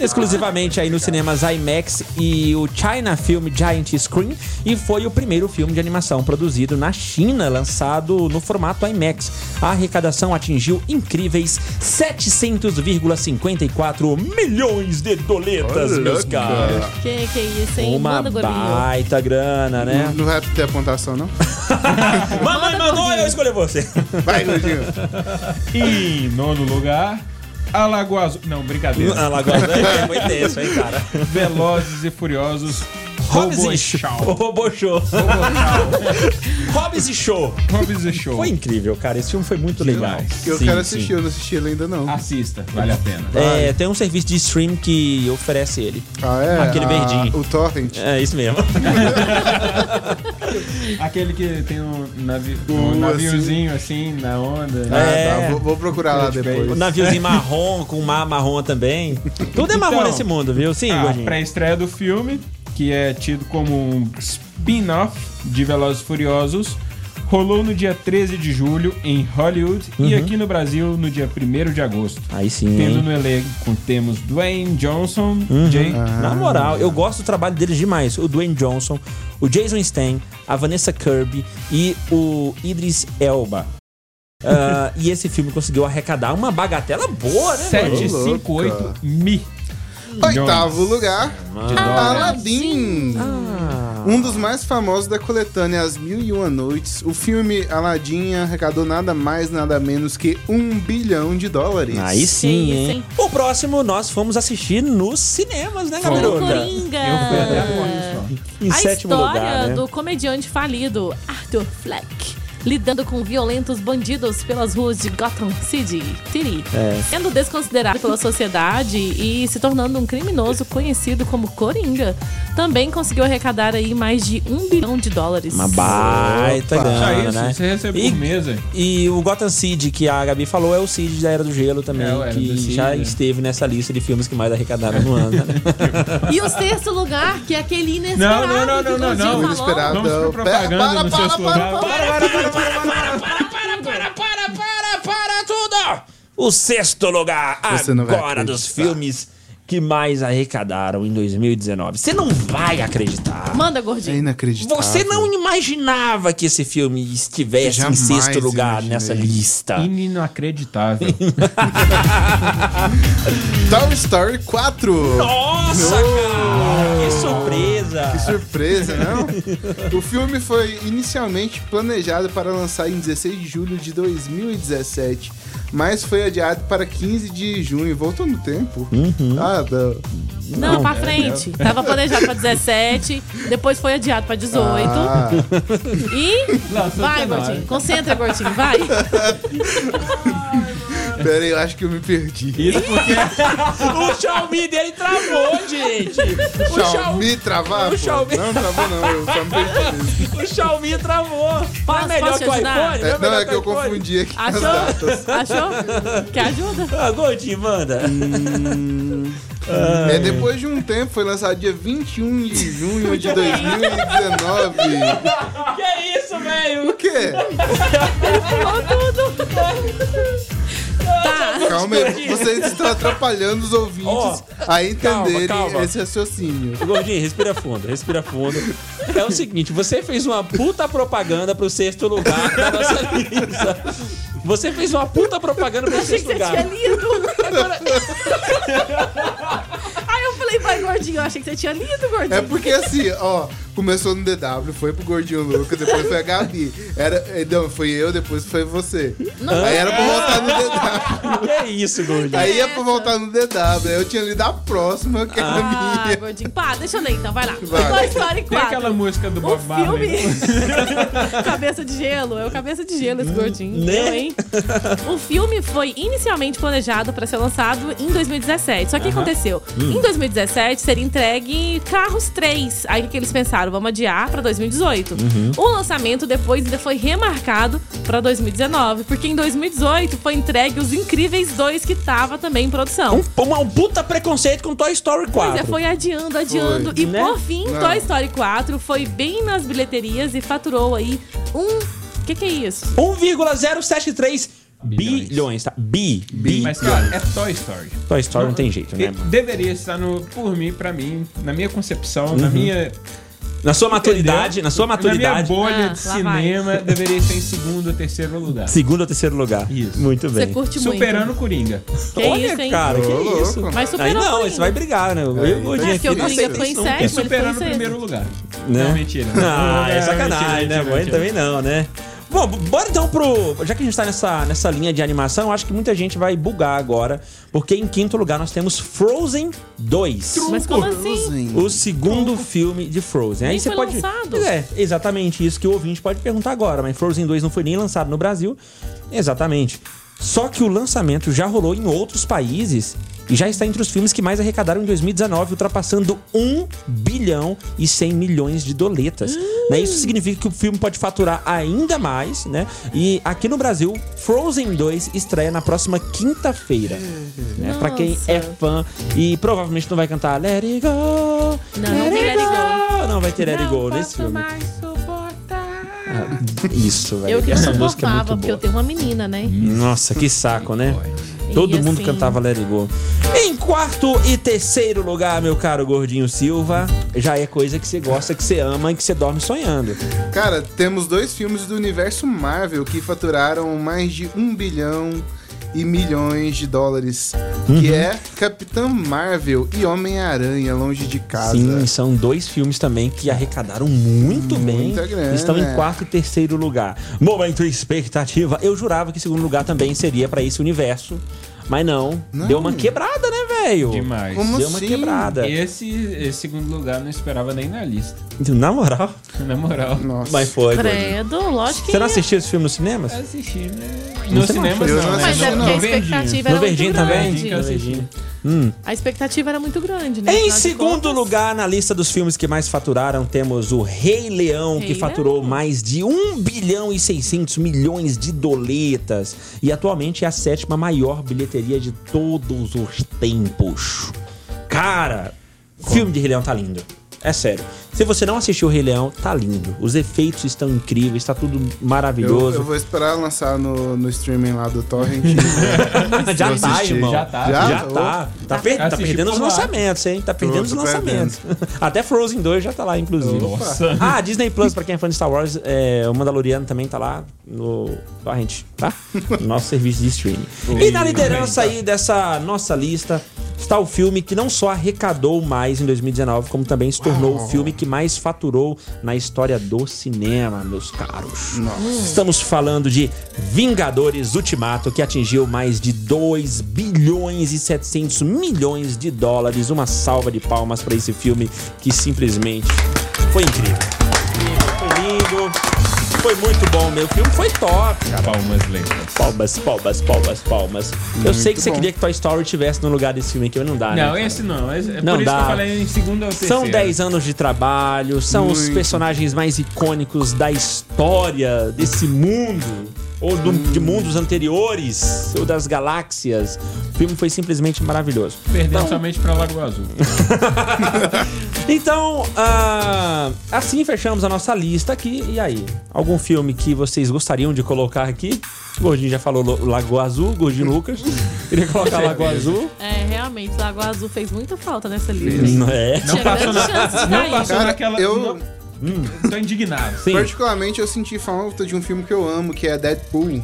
Speaker 2: exclusivamente aí nos cinemas IMAX e o China Film Giant Screen, e foi o primeiro filme de animação produzido na China, lançado no formato IMAX. A arrecadação atingiu incríveis 700,54 milhões de doletas,
Speaker 3: Olha,
Speaker 2: meus
Speaker 3: cara.
Speaker 2: caros.
Speaker 5: Que, que isso, hein?
Speaker 2: Uma
Speaker 5: Manda, gordinho.
Speaker 2: baita grana, né?
Speaker 3: Não vai ter apontação, não?
Speaker 2: Mamãe mandou eu escolher você.
Speaker 3: Vai, Gordinho.
Speaker 4: Em nono lugar, Alagoa Azul. Não, brincadeira.
Speaker 2: é muito tenso, hein, cara?
Speaker 4: Velozes e Furiosos.
Speaker 2: Hobbs
Speaker 4: Robô
Speaker 2: e Show.
Speaker 4: Shaw.
Speaker 2: Robô Show. Hobbs e Show.
Speaker 4: Hobbs e Show.
Speaker 2: Foi incrível, cara. Esse filme foi muito legal.
Speaker 4: Demais.
Speaker 3: Eu
Speaker 2: Sim,
Speaker 3: quero
Speaker 2: sim.
Speaker 3: assistir, eu não assisti ele ainda,
Speaker 4: Ah,
Speaker 3: não.
Speaker 4: Assista, vale a pena.
Speaker 2: É, tem um serviço de stream que oferece ele.
Speaker 3: Ah, é?
Speaker 2: Aquele
Speaker 3: Ah,
Speaker 2: verdinho.
Speaker 3: O Torrent.
Speaker 2: É isso mesmo.
Speaker 4: Aquele que tem um, navi
Speaker 3: Um,
Speaker 4: um naviozinho assim, na onda.
Speaker 3: Ah,
Speaker 2: É.
Speaker 3: tá, vou, vou procurar lá
Speaker 4: Touchback.
Speaker 2: O
Speaker 3: depois.
Speaker 2: Um naviozinho marrom, com mar marrom também. Tudo é marrom
Speaker 4: Então,
Speaker 2: nesse mundo, viu? Sim,
Speaker 4: A
Speaker 2: gordinho.
Speaker 4: pré-estreia do filme, que é tido como um spin-off de Velozes e Furiosos, rolou no dia 13 de julho em Hollywood e aqui no Brasil no dia 1 de agosto.
Speaker 2: Aí sim,
Speaker 4: Tendo
Speaker 2: hein?
Speaker 4: no elenco temos Dwayne Johnson, Jake
Speaker 2: Na moral, eu gosto do trabalho deles demais. O Dwayne Johnson, o Jason Stan, a Vanessa Kirby e o Idris Elba. Ah, e esse filme conseguiu arrecadar uma bagatela boa, né? mano?
Speaker 4: 758 Mi.
Speaker 3: Oitavo lugar,
Speaker 4: De dólares.
Speaker 3: Aladdin.
Speaker 2: Ah,
Speaker 3: Um dos mais famosos da coletânea As Mil e Uma Noites, o filme Aladdin arrecadou nada mais, nada menos que um bilhão de dólares.
Speaker 4: Ah,
Speaker 2: Aí sim,
Speaker 5: isso,
Speaker 2: hein?
Speaker 5: hein?
Speaker 2: O próximo nós fomos assistir nos cinemas, né,
Speaker 4: Fomos.
Speaker 5: O
Speaker 2: Gabiruta?
Speaker 5: Coringa.
Speaker 4: Eu fui até agora só.
Speaker 2: Em
Speaker 5: a
Speaker 2: sétimo
Speaker 5: história
Speaker 2: lugar, né?
Speaker 5: do comediante falido Arthur Fleck. Lidando com violentos bandidos pelas ruas de Gotham City, City
Speaker 2: É.
Speaker 5: sendo desconsiderado pela sociedade e se tornando um criminoso conhecido como Coringa, também conseguiu arrecadar aí mais de um bilhão de dólares.
Speaker 2: Uma baita
Speaker 3: Opa.
Speaker 4: Só
Speaker 2: grana,
Speaker 4: isso,
Speaker 2: né?
Speaker 4: você recebeu
Speaker 2: E-
Speaker 4: por mês, velho.
Speaker 2: E o Gotham Seed, que a Gabi falou, é o Seed da Era do Gelo também,
Speaker 4: É, o Era do
Speaker 2: que
Speaker 4: Seed,
Speaker 2: já
Speaker 4: né?
Speaker 2: esteve nessa lista de filmes que mais arrecadaram no ano. né?
Speaker 5: E o sexto lugar, que é aquele inesperado
Speaker 4: Não, não, não,
Speaker 5: que
Speaker 4: não,
Speaker 5: o
Speaker 4: não,
Speaker 5: Claudinho
Speaker 4: não.
Speaker 5: falou.
Speaker 3: Inesperado.
Speaker 4: Vamos pra
Speaker 3: Pera,
Speaker 4: propaganda
Speaker 3: para,
Speaker 4: no
Speaker 3: para,
Speaker 4: seu
Speaker 3: para,
Speaker 4: lugar.
Speaker 2: o sexto lugar
Speaker 3: Você não vai
Speaker 2: agora dos
Speaker 3: acreditar.
Speaker 2: filmes que mais arrecadaram em 2019. Você não vai acreditar.
Speaker 5: Manda,
Speaker 3: É
Speaker 5: gordinho.
Speaker 3: inacreditável.
Speaker 2: Você não imaginava que esse filme estivesse
Speaker 3: Jamais
Speaker 2: em sexto lugar
Speaker 3: imaginei.
Speaker 2: nessa lista.
Speaker 4: Inacreditável.
Speaker 3: Toy Story 4!
Speaker 2: Nossa, cara! Que surpresa!
Speaker 3: Que surpresa, não? o filme foi inicialmente planejado para lançar em 16 de julho de 2017, mas foi adiado para 15 de junho. Voltou no tempo. Ah, tá.
Speaker 5: Não, pra frente.
Speaker 4: É.
Speaker 5: Tava planejado pra 17, depois foi adiado pra 18.
Speaker 3: Ah,
Speaker 5: E.
Speaker 4: Nossa,
Speaker 5: Vai,
Speaker 4: tá na hora.
Speaker 5: gordinho. Concentra, gordinho. Vai.
Speaker 3: pera aí, eu acho que eu me perdi.
Speaker 4: Isso porque
Speaker 2: O Xiaomi dele travou, gente! é O Xiaomi,
Speaker 3: Xiaomi travar? pô?
Speaker 2: Xiaomi-
Speaker 3: Não, travou não, eu só me perdi. mesmo.
Speaker 2: o Xiaomi travou! Mas
Speaker 5: Posso-
Speaker 2: melhor
Speaker 5: posso
Speaker 2: que
Speaker 5: te
Speaker 2: o iPhone?
Speaker 5: ajudar?
Speaker 2: é
Speaker 3: É, não,
Speaker 2: melhor
Speaker 3: é que eu
Speaker 2: o iPhone?
Speaker 3: confundi aqui. É
Speaker 5: Achou? Achou? Quer ajuda?
Speaker 2: Ah, Goldinho, manda!
Speaker 3: É, depois de um tempo, foi lançado dia 21 de junho de 2019.
Speaker 2: que isso, velho?
Speaker 3: O quê?
Speaker 5: Tá.
Speaker 3: Calma aí, vocês estão atrapalhando os ouvintes
Speaker 2: Ó,
Speaker 3: a entenderem
Speaker 2: calma, calma.
Speaker 3: esse raciocínio.
Speaker 2: Gordinho, respira fundo, respira fundo. É o seguinte, você fez uma puta propaganda pro sexto lugar da nossa lista. Você fez uma puta propaganda pro
Speaker 5: Achei
Speaker 2: sexto
Speaker 5: que você tinha
Speaker 2: lugar.
Speaker 5: lido. Aí eu falei, vai, gordinho. Eu achei que você tinha lido, gordinho.
Speaker 3: É porque assim, ó, começou no DW, foi pro Gordinho Lucas, depois foi a Gabi. Era, eh, não, foi eu, depois foi você. Aí era pra voltar no DW.
Speaker 2: Que é isso, Gordinho?
Speaker 3: Aí ia pra voltar no DW. Aí eu tinha lido a próxima, que era
Speaker 5: Ah,
Speaker 3: minha.
Speaker 5: gordinho. Pá, deixa eu ler então, vai lá.
Speaker 3: Vai.
Speaker 5: Toy Story
Speaker 4: tem
Speaker 5: 4.
Speaker 4: aquela música do
Speaker 5: O
Speaker 4: Bob
Speaker 5: filme.
Speaker 4: Marley. né?
Speaker 5: cabeça de gelo. É o cabeça de gelo esse gordinho.
Speaker 2: Né?
Speaker 5: Eu, hein? O filme foi inicialmente planejado para ser lançado em 2017. Só que o que aconteceu? Em 2017 seria entregue Carros 3. Aí o que que eles pensaram? Vamos adiar para 2018. O lançamento depois ainda foi remarcado para 2019, porque em 2018 foi entregue Os Incríveis 2 que tava também em produção.
Speaker 2: Um, uma- um puta preconceito com Toy Story 4.
Speaker 5: Pois é, foi adiando, adiando. E
Speaker 2: Né?
Speaker 5: por fim,
Speaker 3: Não.
Speaker 5: Toy Story 4 foi bem nas bilheterias e faturou aí um. O que, que é isso?
Speaker 2: 1,073 bilhões. tá? Bi, bi.
Speaker 4: Mas, cara, é Toy Story.
Speaker 2: Toy Story não tem jeito, né?
Speaker 4: E Deveria estar no, por mim, pra mim, na minha concepção, na minha.
Speaker 2: Na sua Uhum. maturidade,
Speaker 4: entendeu?
Speaker 2: na sua
Speaker 4: Na minha
Speaker 2: maturidade,
Speaker 4: bolha
Speaker 5: Ah,
Speaker 4: de
Speaker 5: lá vai.
Speaker 4: cinema, deveria estar em segundo ou terceiro lugar.
Speaker 2: segundo ou terceiro lugar.
Speaker 4: Isso.
Speaker 2: Muito
Speaker 5: Você
Speaker 2: bem.
Speaker 5: curte
Speaker 4: Superando
Speaker 5: muito.
Speaker 4: o Coringa.
Speaker 5: Que
Speaker 2: Olha,
Speaker 5: isso, hein?
Speaker 2: cara, que
Speaker 3: Ô, louco.
Speaker 2: isso.
Speaker 5: Mas
Speaker 2: Aí
Speaker 5: superou o
Speaker 2: não,
Speaker 5: Coringa.
Speaker 2: você vai brigar, né? Eu, eu,
Speaker 5: É, porque o
Speaker 2: não
Speaker 5: Coringa
Speaker 2: aceito
Speaker 5: foi em
Speaker 2: isso
Speaker 5: sétimo,
Speaker 4: E
Speaker 5: ele foi
Speaker 4: superando
Speaker 5: em
Speaker 4: o
Speaker 5: sexto.
Speaker 4: primeiro lugar.
Speaker 2: Né?
Speaker 4: Não, mentira.
Speaker 2: Ah, é
Speaker 4: Não,
Speaker 2: sacanagem,
Speaker 4: mentira,
Speaker 2: né? Bom,
Speaker 4: mentira,
Speaker 2: ele também não, né? Bom, b- bora então pro. Já que a gente tá nessa, nessa linha de animação, acho que muita gente vai bugar agora, porque em quinto lugar nós temos Frozen 2.
Speaker 5: Mas como assim?
Speaker 2: O segundo filme de Frozen.
Speaker 5: Nem
Speaker 2: Aí você
Speaker 5: Então,
Speaker 2: pode.
Speaker 5: foi lançado.
Speaker 2: É, exatamente isso que o ouvinte pode perguntar agora, mas Frozen 2 não foi nem lançado no Brasil. Exatamente. Só que o lançamento já rolou em outros países e já está entre os filmes que mais arrecadaram em 2019, ultrapassando 1 bilhão e 100 milhões de doletas.
Speaker 5: Hum.
Speaker 2: Né? Isso significa que o filme pode faturar ainda mais, né? E aqui no Brasil, Frozen 2 estreia na próxima quinta-feira. Né? Pra quem
Speaker 5: Nossa.
Speaker 2: é fã e provavelmente não vai cantar Let It Go. Não,
Speaker 5: não tem Let It Go.
Speaker 2: Ah, Não vai ter Let It Go
Speaker 5: Não
Speaker 2: nesse
Speaker 5: posso
Speaker 2: filme.
Speaker 5: mais suportar.
Speaker 3: Ah,
Speaker 2: Isso, velho.
Speaker 5: Eu que
Speaker 2: Essa
Speaker 5: não
Speaker 2: música é
Speaker 5: suportava,
Speaker 2: muito
Speaker 5: porque eu
Speaker 2: boa.
Speaker 5: tenho uma menina, né?
Speaker 2: Nossa, que saco, né? Todo
Speaker 5: E
Speaker 2: mundo
Speaker 5: assim-
Speaker 2: cantava Let It Go. Em quarto e terceiro lugar, meu caro Gordinho Silva, já é coisa que você gosta, que você ama e que você dorme sonhando.
Speaker 3: Cara, temos dois filmes do universo Marvel que faturaram mais de um bilhão e milhões de dólares,
Speaker 2: Uhum.
Speaker 3: que é Capitã Marvel e Homem-Aranha Longe de Casa.
Speaker 2: Sim, são dois filmes também que arrecadaram muito bem.
Speaker 3: Muita grana.
Speaker 2: Estão em quarto e terceiro lugar. Momento expectativa. Eu jurava que segundo lugar também seria pra esse universo. Mas não.
Speaker 3: Não.
Speaker 2: Deu uma quebrada, né, velho?
Speaker 4: Demais.
Speaker 3: Como
Speaker 2: Deu uma
Speaker 3: assim?
Speaker 2: quebrada.
Speaker 4: Esse, esse segundo lugar eu não esperava nem na lista.
Speaker 2: Na moral.
Speaker 4: Na moral.
Speaker 3: Nossa.
Speaker 2: Mas foi. doido.
Speaker 5: Credo, lógico que
Speaker 2: Você não assistiu esse filme nos cinemas?
Speaker 4: Assisti, né?
Speaker 2: Não
Speaker 4: No
Speaker 2: sei não,
Speaker 4: cinema
Speaker 3: eu
Speaker 4: não,
Speaker 3: não
Speaker 4: né?
Speaker 5: Mas
Speaker 3: assisti,
Speaker 5: é
Speaker 4: No-
Speaker 5: porque a
Speaker 4: no Verdinho.
Speaker 5: expectativa é
Speaker 2: No
Speaker 5: era muito
Speaker 2: Verdinho
Speaker 5: grande.
Speaker 2: também?
Speaker 4: Verdinho que eu
Speaker 2: No
Speaker 4: assisti.
Speaker 2: Verdinho.
Speaker 5: A expectativa era muito grande, né?
Speaker 2: Em
Speaker 5: Afinal de
Speaker 2: segundo
Speaker 5: contas,
Speaker 2: lugar, na lista dos filmes que mais faturaram, temos o Rei Leão,
Speaker 5: Rei
Speaker 2: que faturou
Speaker 5: Leão.
Speaker 2: mais de 1 bilhão e 600 milhões de doletas. E atualmente é a sétima maior bilheteria de todos os tempos. Cara, filme de Rei Leão tá lindo. É sério. Se você não assistiu o Rei Leão, tá lindo. Os efeitos estão incríveis, tá tudo
Speaker 3: Eu,
Speaker 2: maravilhoso.
Speaker 3: eu vou esperar lançar no, no streaming lá do Torrent. né?
Speaker 2: já
Speaker 3: Eu
Speaker 2: tá,
Speaker 3: assisti.
Speaker 2: irmão.
Speaker 4: já tá.
Speaker 3: Já?
Speaker 2: Já
Speaker 3: Ô,
Speaker 2: tá. Tá, per- tá
Speaker 4: Assisti
Speaker 2: perdendo
Speaker 4: por
Speaker 2: os
Speaker 4: lá.
Speaker 2: lançamentos, hein? Tá perdendo os
Speaker 3: tô
Speaker 2: lançamentos. Até Frozen 2 já tá lá, inclusive.
Speaker 4: Nossa.
Speaker 2: Ah, Disney Plus, pra quem é fã de Star Wars, é, o Mandaloriano também tá lá no Torrent, tá? Nosso serviço de streaming. E na liderança aí dessa nossa lista está o filme que não só arrecadou mais em 2019, como também se tornou o filme que mais faturou na história do cinema, meus caros. Estamos falando de Vingadores Ultimato, que atingiu mais de 2 bilhões e 700 milhões de dólares. Uma salva de palmas para esse filme que simplesmente foi incrível. Foi lindo, foi muito bom. Meu filme foi top.
Speaker 4: Palmas lentas.
Speaker 2: Palmas, palmas, palmas, palmas. eu sei que você
Speaker 3: bom.
Speaker 2: queria que Toy Story tivesse no lugar desse filme aqui, mas não dá, né?
Speaker 4: Não,
Speaker 2: cara?
Speaker 4: esse é não. Esse- é
Speaker 2: Não
Speaker 4: por isso
Speaker 2: dá.
Speaker 4: que eu falei em segundo ou terceiro.
Speaker 2: São 10 anos de trabalho, são os
Speaker 3: Muito.
Speaker 2: personagens mais icônicos da história desse mundo, ou do- de mundos anteriores, ou das galáxias. O filme foi simplesmente maravilhoso.
Speaker 4: Perdendo
Speaker 2: Então-
Speaker 4: somente pra Lagoa Azul.
Speaker 2: Então, ah, assim fechamos a nossa lista aqui. E aí, algum filme que vocês gostariam de colocar aqui? O Gordinho já falou Lo- Lagoa Azul, Gordinho Lucas. Queria colocar Lagoa Azul.
Speaker 5: É, realmente, Lagoa Azul fez muita falta nessa lista. hein?
Speaker 2: Não é?
Speaker 5: Tinha
Speaker 4: passou
Speaker 5: grande
Speaker 4: na-
Speaker 5: chance de
Speaker 4: Não
Speaker 5: sair.
Speaker 4: passou
Speaker 3: Cara,
Speaker 4: naquela.
Speaker 3: eu-
Speaker 4: não- Tô indignado.
Speaker 2: Sim.
Speaker 3: Particularmente, eu senti falta de um filme que eu amo, que é Deadpool.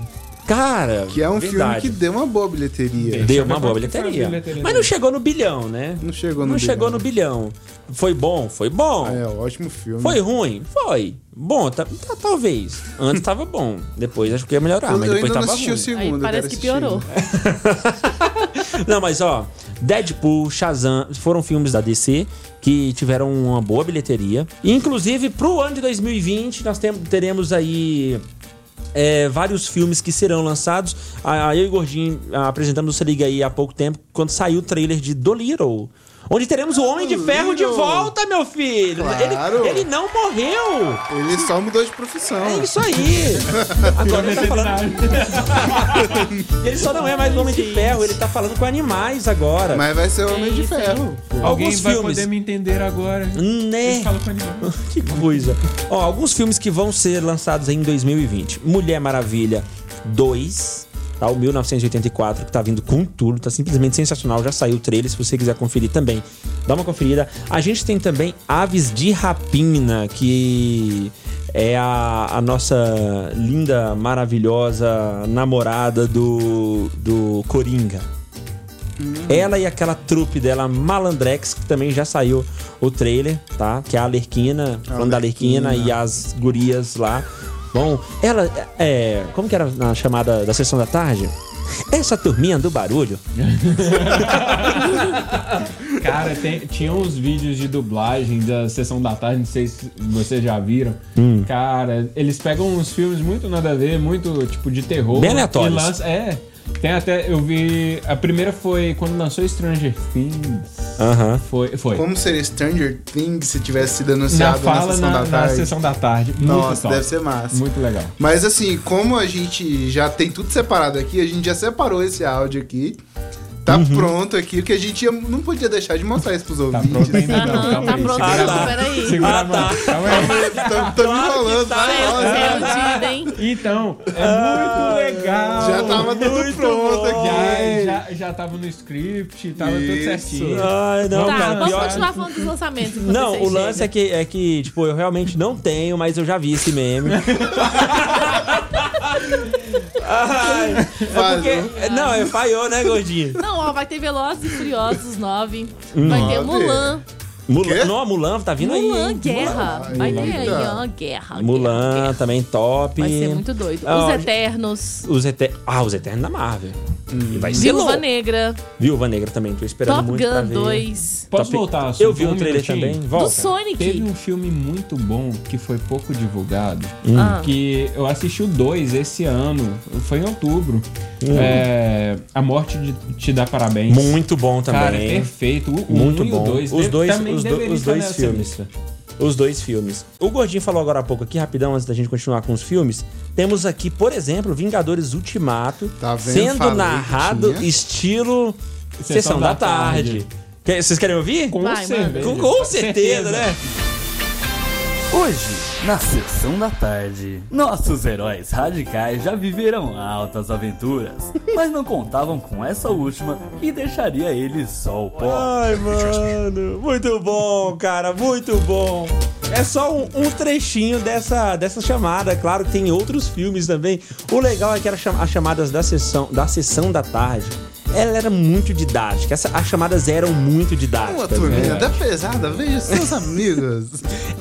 Speaker 2: Cara,
Speaker 3: Que é um
Speaker 2: verdade.
Speaker 3: filme que deu uma boa bilheteria.
Speaker 2: Deu
Speaker 4: Deixa
Speaker 2: uma
Speaker 4: eu ver
Speaker 2: boa
Speaker 4: quanto que foi a
Speaker 2: bilheteria.
Speaker 4: bilheteria
Speaker 2: Mas não
Speaker 4: dele.
Speaker 2: chegou no bilhão, né?
Speaker 3: Não chegou no
Speaker 2: Não chegou no bilhão. Foi bom? Foi bom.
Speaker 3: É, ótimo filme.
Speaker 2: Foi ruim? Foi. Bom, tá- tá- talvez. Antes tava bom. Depois acho que ia melhorar,
Speaker 3: Eu,
Speaker 2: Ah, mas
Speaker 3: eu
Speaker 2: depois
Speaker 3: ainda não
Speaker 2: tava
Speaker 3: assisti
Speaker 2: ruim.
Speaker 3: o segundo.
Speaker 5: Aí
Speaker 3: eu
Speaker 5: parece
Speaker 3: quero
Speaker 5: que piorou.
Speaker 3: assistir.
Speaker 2: Não, mas ó, Deadpool, Shazam foram filmes da DC que tiveram uma boa bilheteria. E, inclusive, pro ano de 2020, nós tem- teremos aí. é, vários filmes que serão lançados. Ah, eu e o Gordinho ah, apresentamos o Se Liga aí há pouco tempo, quando saiu o trailer de Dolittle. Onde teremos o Homem de Ferro de
Speaker 3: Dolittle.
Speaker 2: volta, meu filho!
Speaker 3: Claro.
Speaker 2: Ele, ele não morreu!
Speaker 3: Ele só mudou de profissão.
Speaker 2: É isso aí! Agora ele tá falando. Ele só não é mais o Homem de Ferro, ele tá falando com animais agora.
Speaker 3: Mas vai ser o Homem de
Speaker 5: É isso aí.
Speaker 3: Ferro. pô.
Speaker 4: Alguém
Speaker 2: Alguns
Speaker 4: vai
Speaker 2: filmes.
Speaker 4: poder me entender agora.
Speaker 2: Né?
Speaker 4: Ele fala com animal.
Speaker 2: Que coisa. Ó, alguns filmes que vão ser lançados aí em 2020. Mulher Maravilha 2. Tá, o 1984, que tá vindo com tudo, tá simplesmente sensacional. Já saiu o trailer, se você quiser conferir também, dá uma conferida. A gente tem também Aves de Rapina, que é a, a nossa linda, maravilhosa namorada do, do Coringa. Ela e aquela trupe dela, Malandrex, que também já saiu o trailer, tá? Que é a Alerquina, falando da Alerquina e as gurias lá. Bom, ela. É. Como que era na chamada da sessão da tarde? Essa turminha do barulho.
Speaker 4: Cara, tem, tinha uns vídeos de dublagem da sessão da tarde, não sei se vocês já viram.
Speaker 2: Hum.
Speaker 4: Cara, eles pegam uns filmes muito nada a ver, muito tipo de terror.
Speaker 2: Bem aleatórios.
Speaker 4: e lançam- é. Tem até, eu vi. A primeira foi quando lançou Stranger Things.
Speaker 2: Aham.
Speaker 4: Foi. foi.
Speaker 3: Como seria Stranger Things se tivesse sido
Speaker 4: Na
Speaker 3: anunciado na,
Speaker 4: fala
Speaker 3: sessão
Speaker 4: na,
Speaker 3: da
Speaker 4: na
Speaker 3: tarde?
Speaker 4: sessão da tarde. muito
Speaker 3: Nossa,
Speaker 4: top.
Speaker 3: deve ser massa.
Speaker 4: Muito legal.
Speaker 3: Mas assim, como a gente já tem tudo separado aqui, a gente já separou esse áudio aqui. Tá pronto aqui, que a gente ia- não podia deixar de mostrar isso pros
Speaker 4: Tá
Speaker 3: ouvintes.
Speaker 4: pronto ainda
Speaker 5: Aham,
Speaker 4: não. Calma
Speaker 5: tá
Speaker 4: aí.
Speaker 5: pronto,
Speaker 4: segura a
Speaker 5: não,
Speaker 4: mão.
Speaker 5: peraí.
Speaker 4: Segura a mão. Calma aí.
Speaker 3: Tá- tá me enrolando, vai lá.
Speaker 5: Perdida, hein?
Speaker 4: Então, é muito legal.
Speaker 3: Já tava tudo pronto
Speaker 4: Já,
Speaker 3: aqui.
Speaker 4: já, já tava no script, tava tudo
Speaker 3: Isso.
Speaker 4: certinho.
Speaker 2: Ai, não,
Speaker 5: Tá,
Speaker 2: cara,
Speaker 5: vamos
Speaker 2: pior-
Speaker 5: continuar falando dos lançamentos. enquanto
Speaker 2: Não, o
Speaker 5: vocês
Speaker 2: lance
Speaker 5: chegam.
Speaker 2: é que, é que, tipo, eu realmente não tenho, mas eu já vi esse meme. Ai, é porque- é, não, é falhou, né, gordinho?
Speaker 5: Não, ó, vai ter Velozes e Furiosos 9. Vai ter
Speaker 3: Nove.
Speaker 5: Mulan.
Speaker 2: Mulan,
Speaker 3: Quê?
Speaker 2: não, a Mulan tá vindo Hum. aí.
Speaker 5: Mulan,
Speaker 2: hein?
Speaker 5: guerra. Vai ter aí,
Speaker 3: Eita.
Speaker 5: ó, guerra.
Speaker 2: Mulan
Speaker 5: guerra, guerra.
Speaker 2: também top.
Speaker 5: Vai ser muito doido.
Speaker 2: Ah, ó,
Speaker 5: Os Eternos.
Speaker 2: Os Eter... Ah, os Eternos da Marvel. E vai ser
Speaker 5: Silva
Speaker 2: louco.
Speaker 5: Negra.
Speaker 2: Viúva Negra também, tô esperando
Speaker 5: Top
Speaker 2: muito pra
Speaker 5: Gun
Speaker 2: ver.
Speaker 5: 2.
Speaker 4: Posso
Speaker 2: Top-
Speaker 4: voltar ao assunto
Speaker 2: Eu vi
Speaker 4: um
Speaker 2: o trailer
Speaker 4: minutinho?
Speaker 2: também.
Speaker 5: Do
Speaker 2: Volta.
Speaker 5: Sonic.
Speaker 4: Teve um filme muito bom que foi pouco divulgado,
Speaker 5: Ah.
Speaker 4: que eu assisti o 2 esse ano, foi em outubro. É, a Morte de Te Dá Parabéns.
Speaker 2: Hum. Muito bom também.
Speaker 4: Cara, é perfeito. O, o
Speaker 2: Muito
Speaker 4: um e
Speaker 2: bom.
Speaker 4: o dois
Speaker 2: os
Speaker 4: de-
Speaker 2: dois,
Speaker 4: também
Speaker 2: os, do-
Speaker 4: deveria
Speaker 2: os
Speaker 4: estar
Speaker 2: dois
Speaker 4: nessa
Speaker 2: filmes.
Speaker 4: lista.
Speaker 2: Os dois filmes. O Gordinho falou agora há pouco aqui, rapidão, antes da gente continuar com os filmes. Temos aqui, por exemplo, Vingadores Ultimato
Speaker 3: Tá vendo?
Speaker 2: sendo
Speaker 3: Falei que
Speaker 2: narrado
Speaker 3: tinha.
Speaker 2: estilo Sessão, da,
Speaker 4: da
Speaker 2: Tarde.
Speaker 4: Tarde.
Speaker 2: Quer- Vocês querem ouvir?
Speaker 4: Com,
Speaker 5: Vai,
Speaker 4: certeza.
Speaker 2: Com, com certeza, né?
Speaker 8: Hoje, na sessão da tarde, nossos heróis radicais já viveram altas aventuras, mas não contavam com essa última que deixaria eles só o pó.
Speaker 2: Ai, mano. Muito bom, cara. Muito bom. É só um, um trechinho dessa, dessa chamada. Claro que tem outros filmes também. O legal é que era cham- as chamadas da sessão, da sessão da tarde. Ela era muito didática. Essa- as chamadas eram muito didáticas.
Speaker 3: Uma
Speaker 2: né?
Speaker 3: turminha da pesada, veja seus amigos.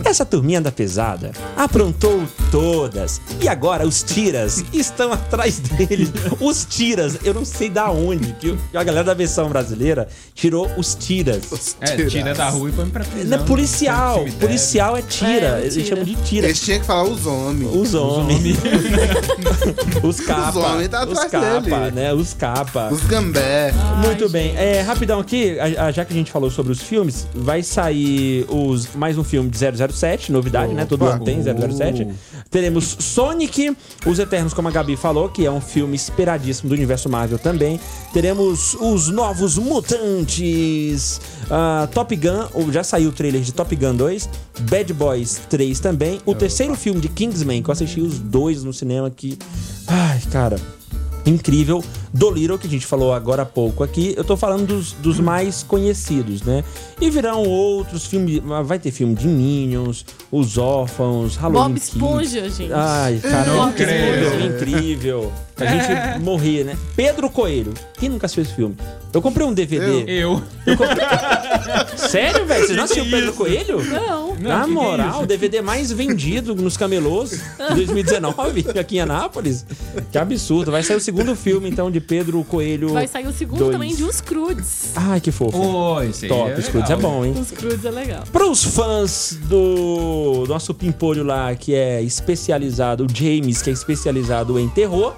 Speaker 2: Essa turminha da pesada aprontou todas. E agora os tiras estão atrás deles. Os tiras, eu não sei da onde, que a galera da versão brasileira tirou os tiras.
Speaker 4: É, tira da rua e põe pra
Speaker 2: Não,
Speaker 4: prisão.
Speaker 2: é policial.
Speaker 4: põe pro cemitério.
Speaker 2: Policial é tira.
Speaker 5: É,
Speaker 2: Eles
Speaker 5: tira.
Speaker 2: chamam de tira.
Speaker 3: Eles tinham que falar os homens.
Speaker 2: Os homens. Os capas.
Speaker 3: Os homens tá
Speaker 2: Os
Speaker 3: atrás
Speaker 2: capas,
Speaker 3: dele.
Speaker 2: né? Os capas.
Speaker 3: Os gambé.
Speaker 2: Muito bem. É, rapidão aqui, a- a- já que a gente falou sobre os filmes, vai sair os, mais um filme de 007, novidade, né? Todo
Speaker 3: Opa.
Speaker 2: ano tem 007. Teremos Sonic, Os Eternos, como a Gabi falou, que é um filme esperadíssimo do universo Marvel também. Teremos os novos Mutantes, ah, Top Gun, ou já saiu o trailer de Top Gun 2, Bad Boys 3 também. O terceiro filme de Kingsman, que eu assisti os dois no cinema aqui. Ai, cara incrível do Little, que a gente falou agora há pouco aqui. Eu tô falando dos, dos mais conhecidos, né? E virão outros filmes. Vai ter filme de Minions, Os Órfãos, Halloween.
Speaker 5: Bob
Speaker 2: Kids.
Speaker 5: Esponja, gente.
Speaker 2: um Ai, cara,
Speaker 4: Não
Speaker 2: incrível,
Speaker 4: creio.
Speaker 2: incrível. A gente morria, né? Pedro Coelho. Quem nunca assistiu esse filme? Eu comprei um DVD.
Speaker 4: Eu.
Speaker 2: Sério, velho? Você não assistiu Pedro Coelho?
Speaker 5: Não.
Speaker 4: Não,
Speaker 2: Na
Speaker 4: que que é
Speaker 2: moral,
Speaker 4: isso?
Speaker 2: o DVD mais vendido nos camelôs de 2019 aqui em Anápolis. Que absurdo. Vai sair o segundo filme, então, de Pedro Coelho.
Speaker 5: Vai sair o segundo
Speaker 2: Dois.
Speaker 5: também de Os Crudes.
Speaker 2: Ai, que fofo.
Speaker 4: Ô, esse aí
Speaker 2: Top,
Speaker 4: é
Speaker 2: os Croods é
Speaker 4: legal,
Speaker 2: bom, hein?
Speaker 5: Os Crudes é legal.
Speaker 2: Para os fãs do nosso pimpolho lá, que é especializado, o James, que é especializado em terror,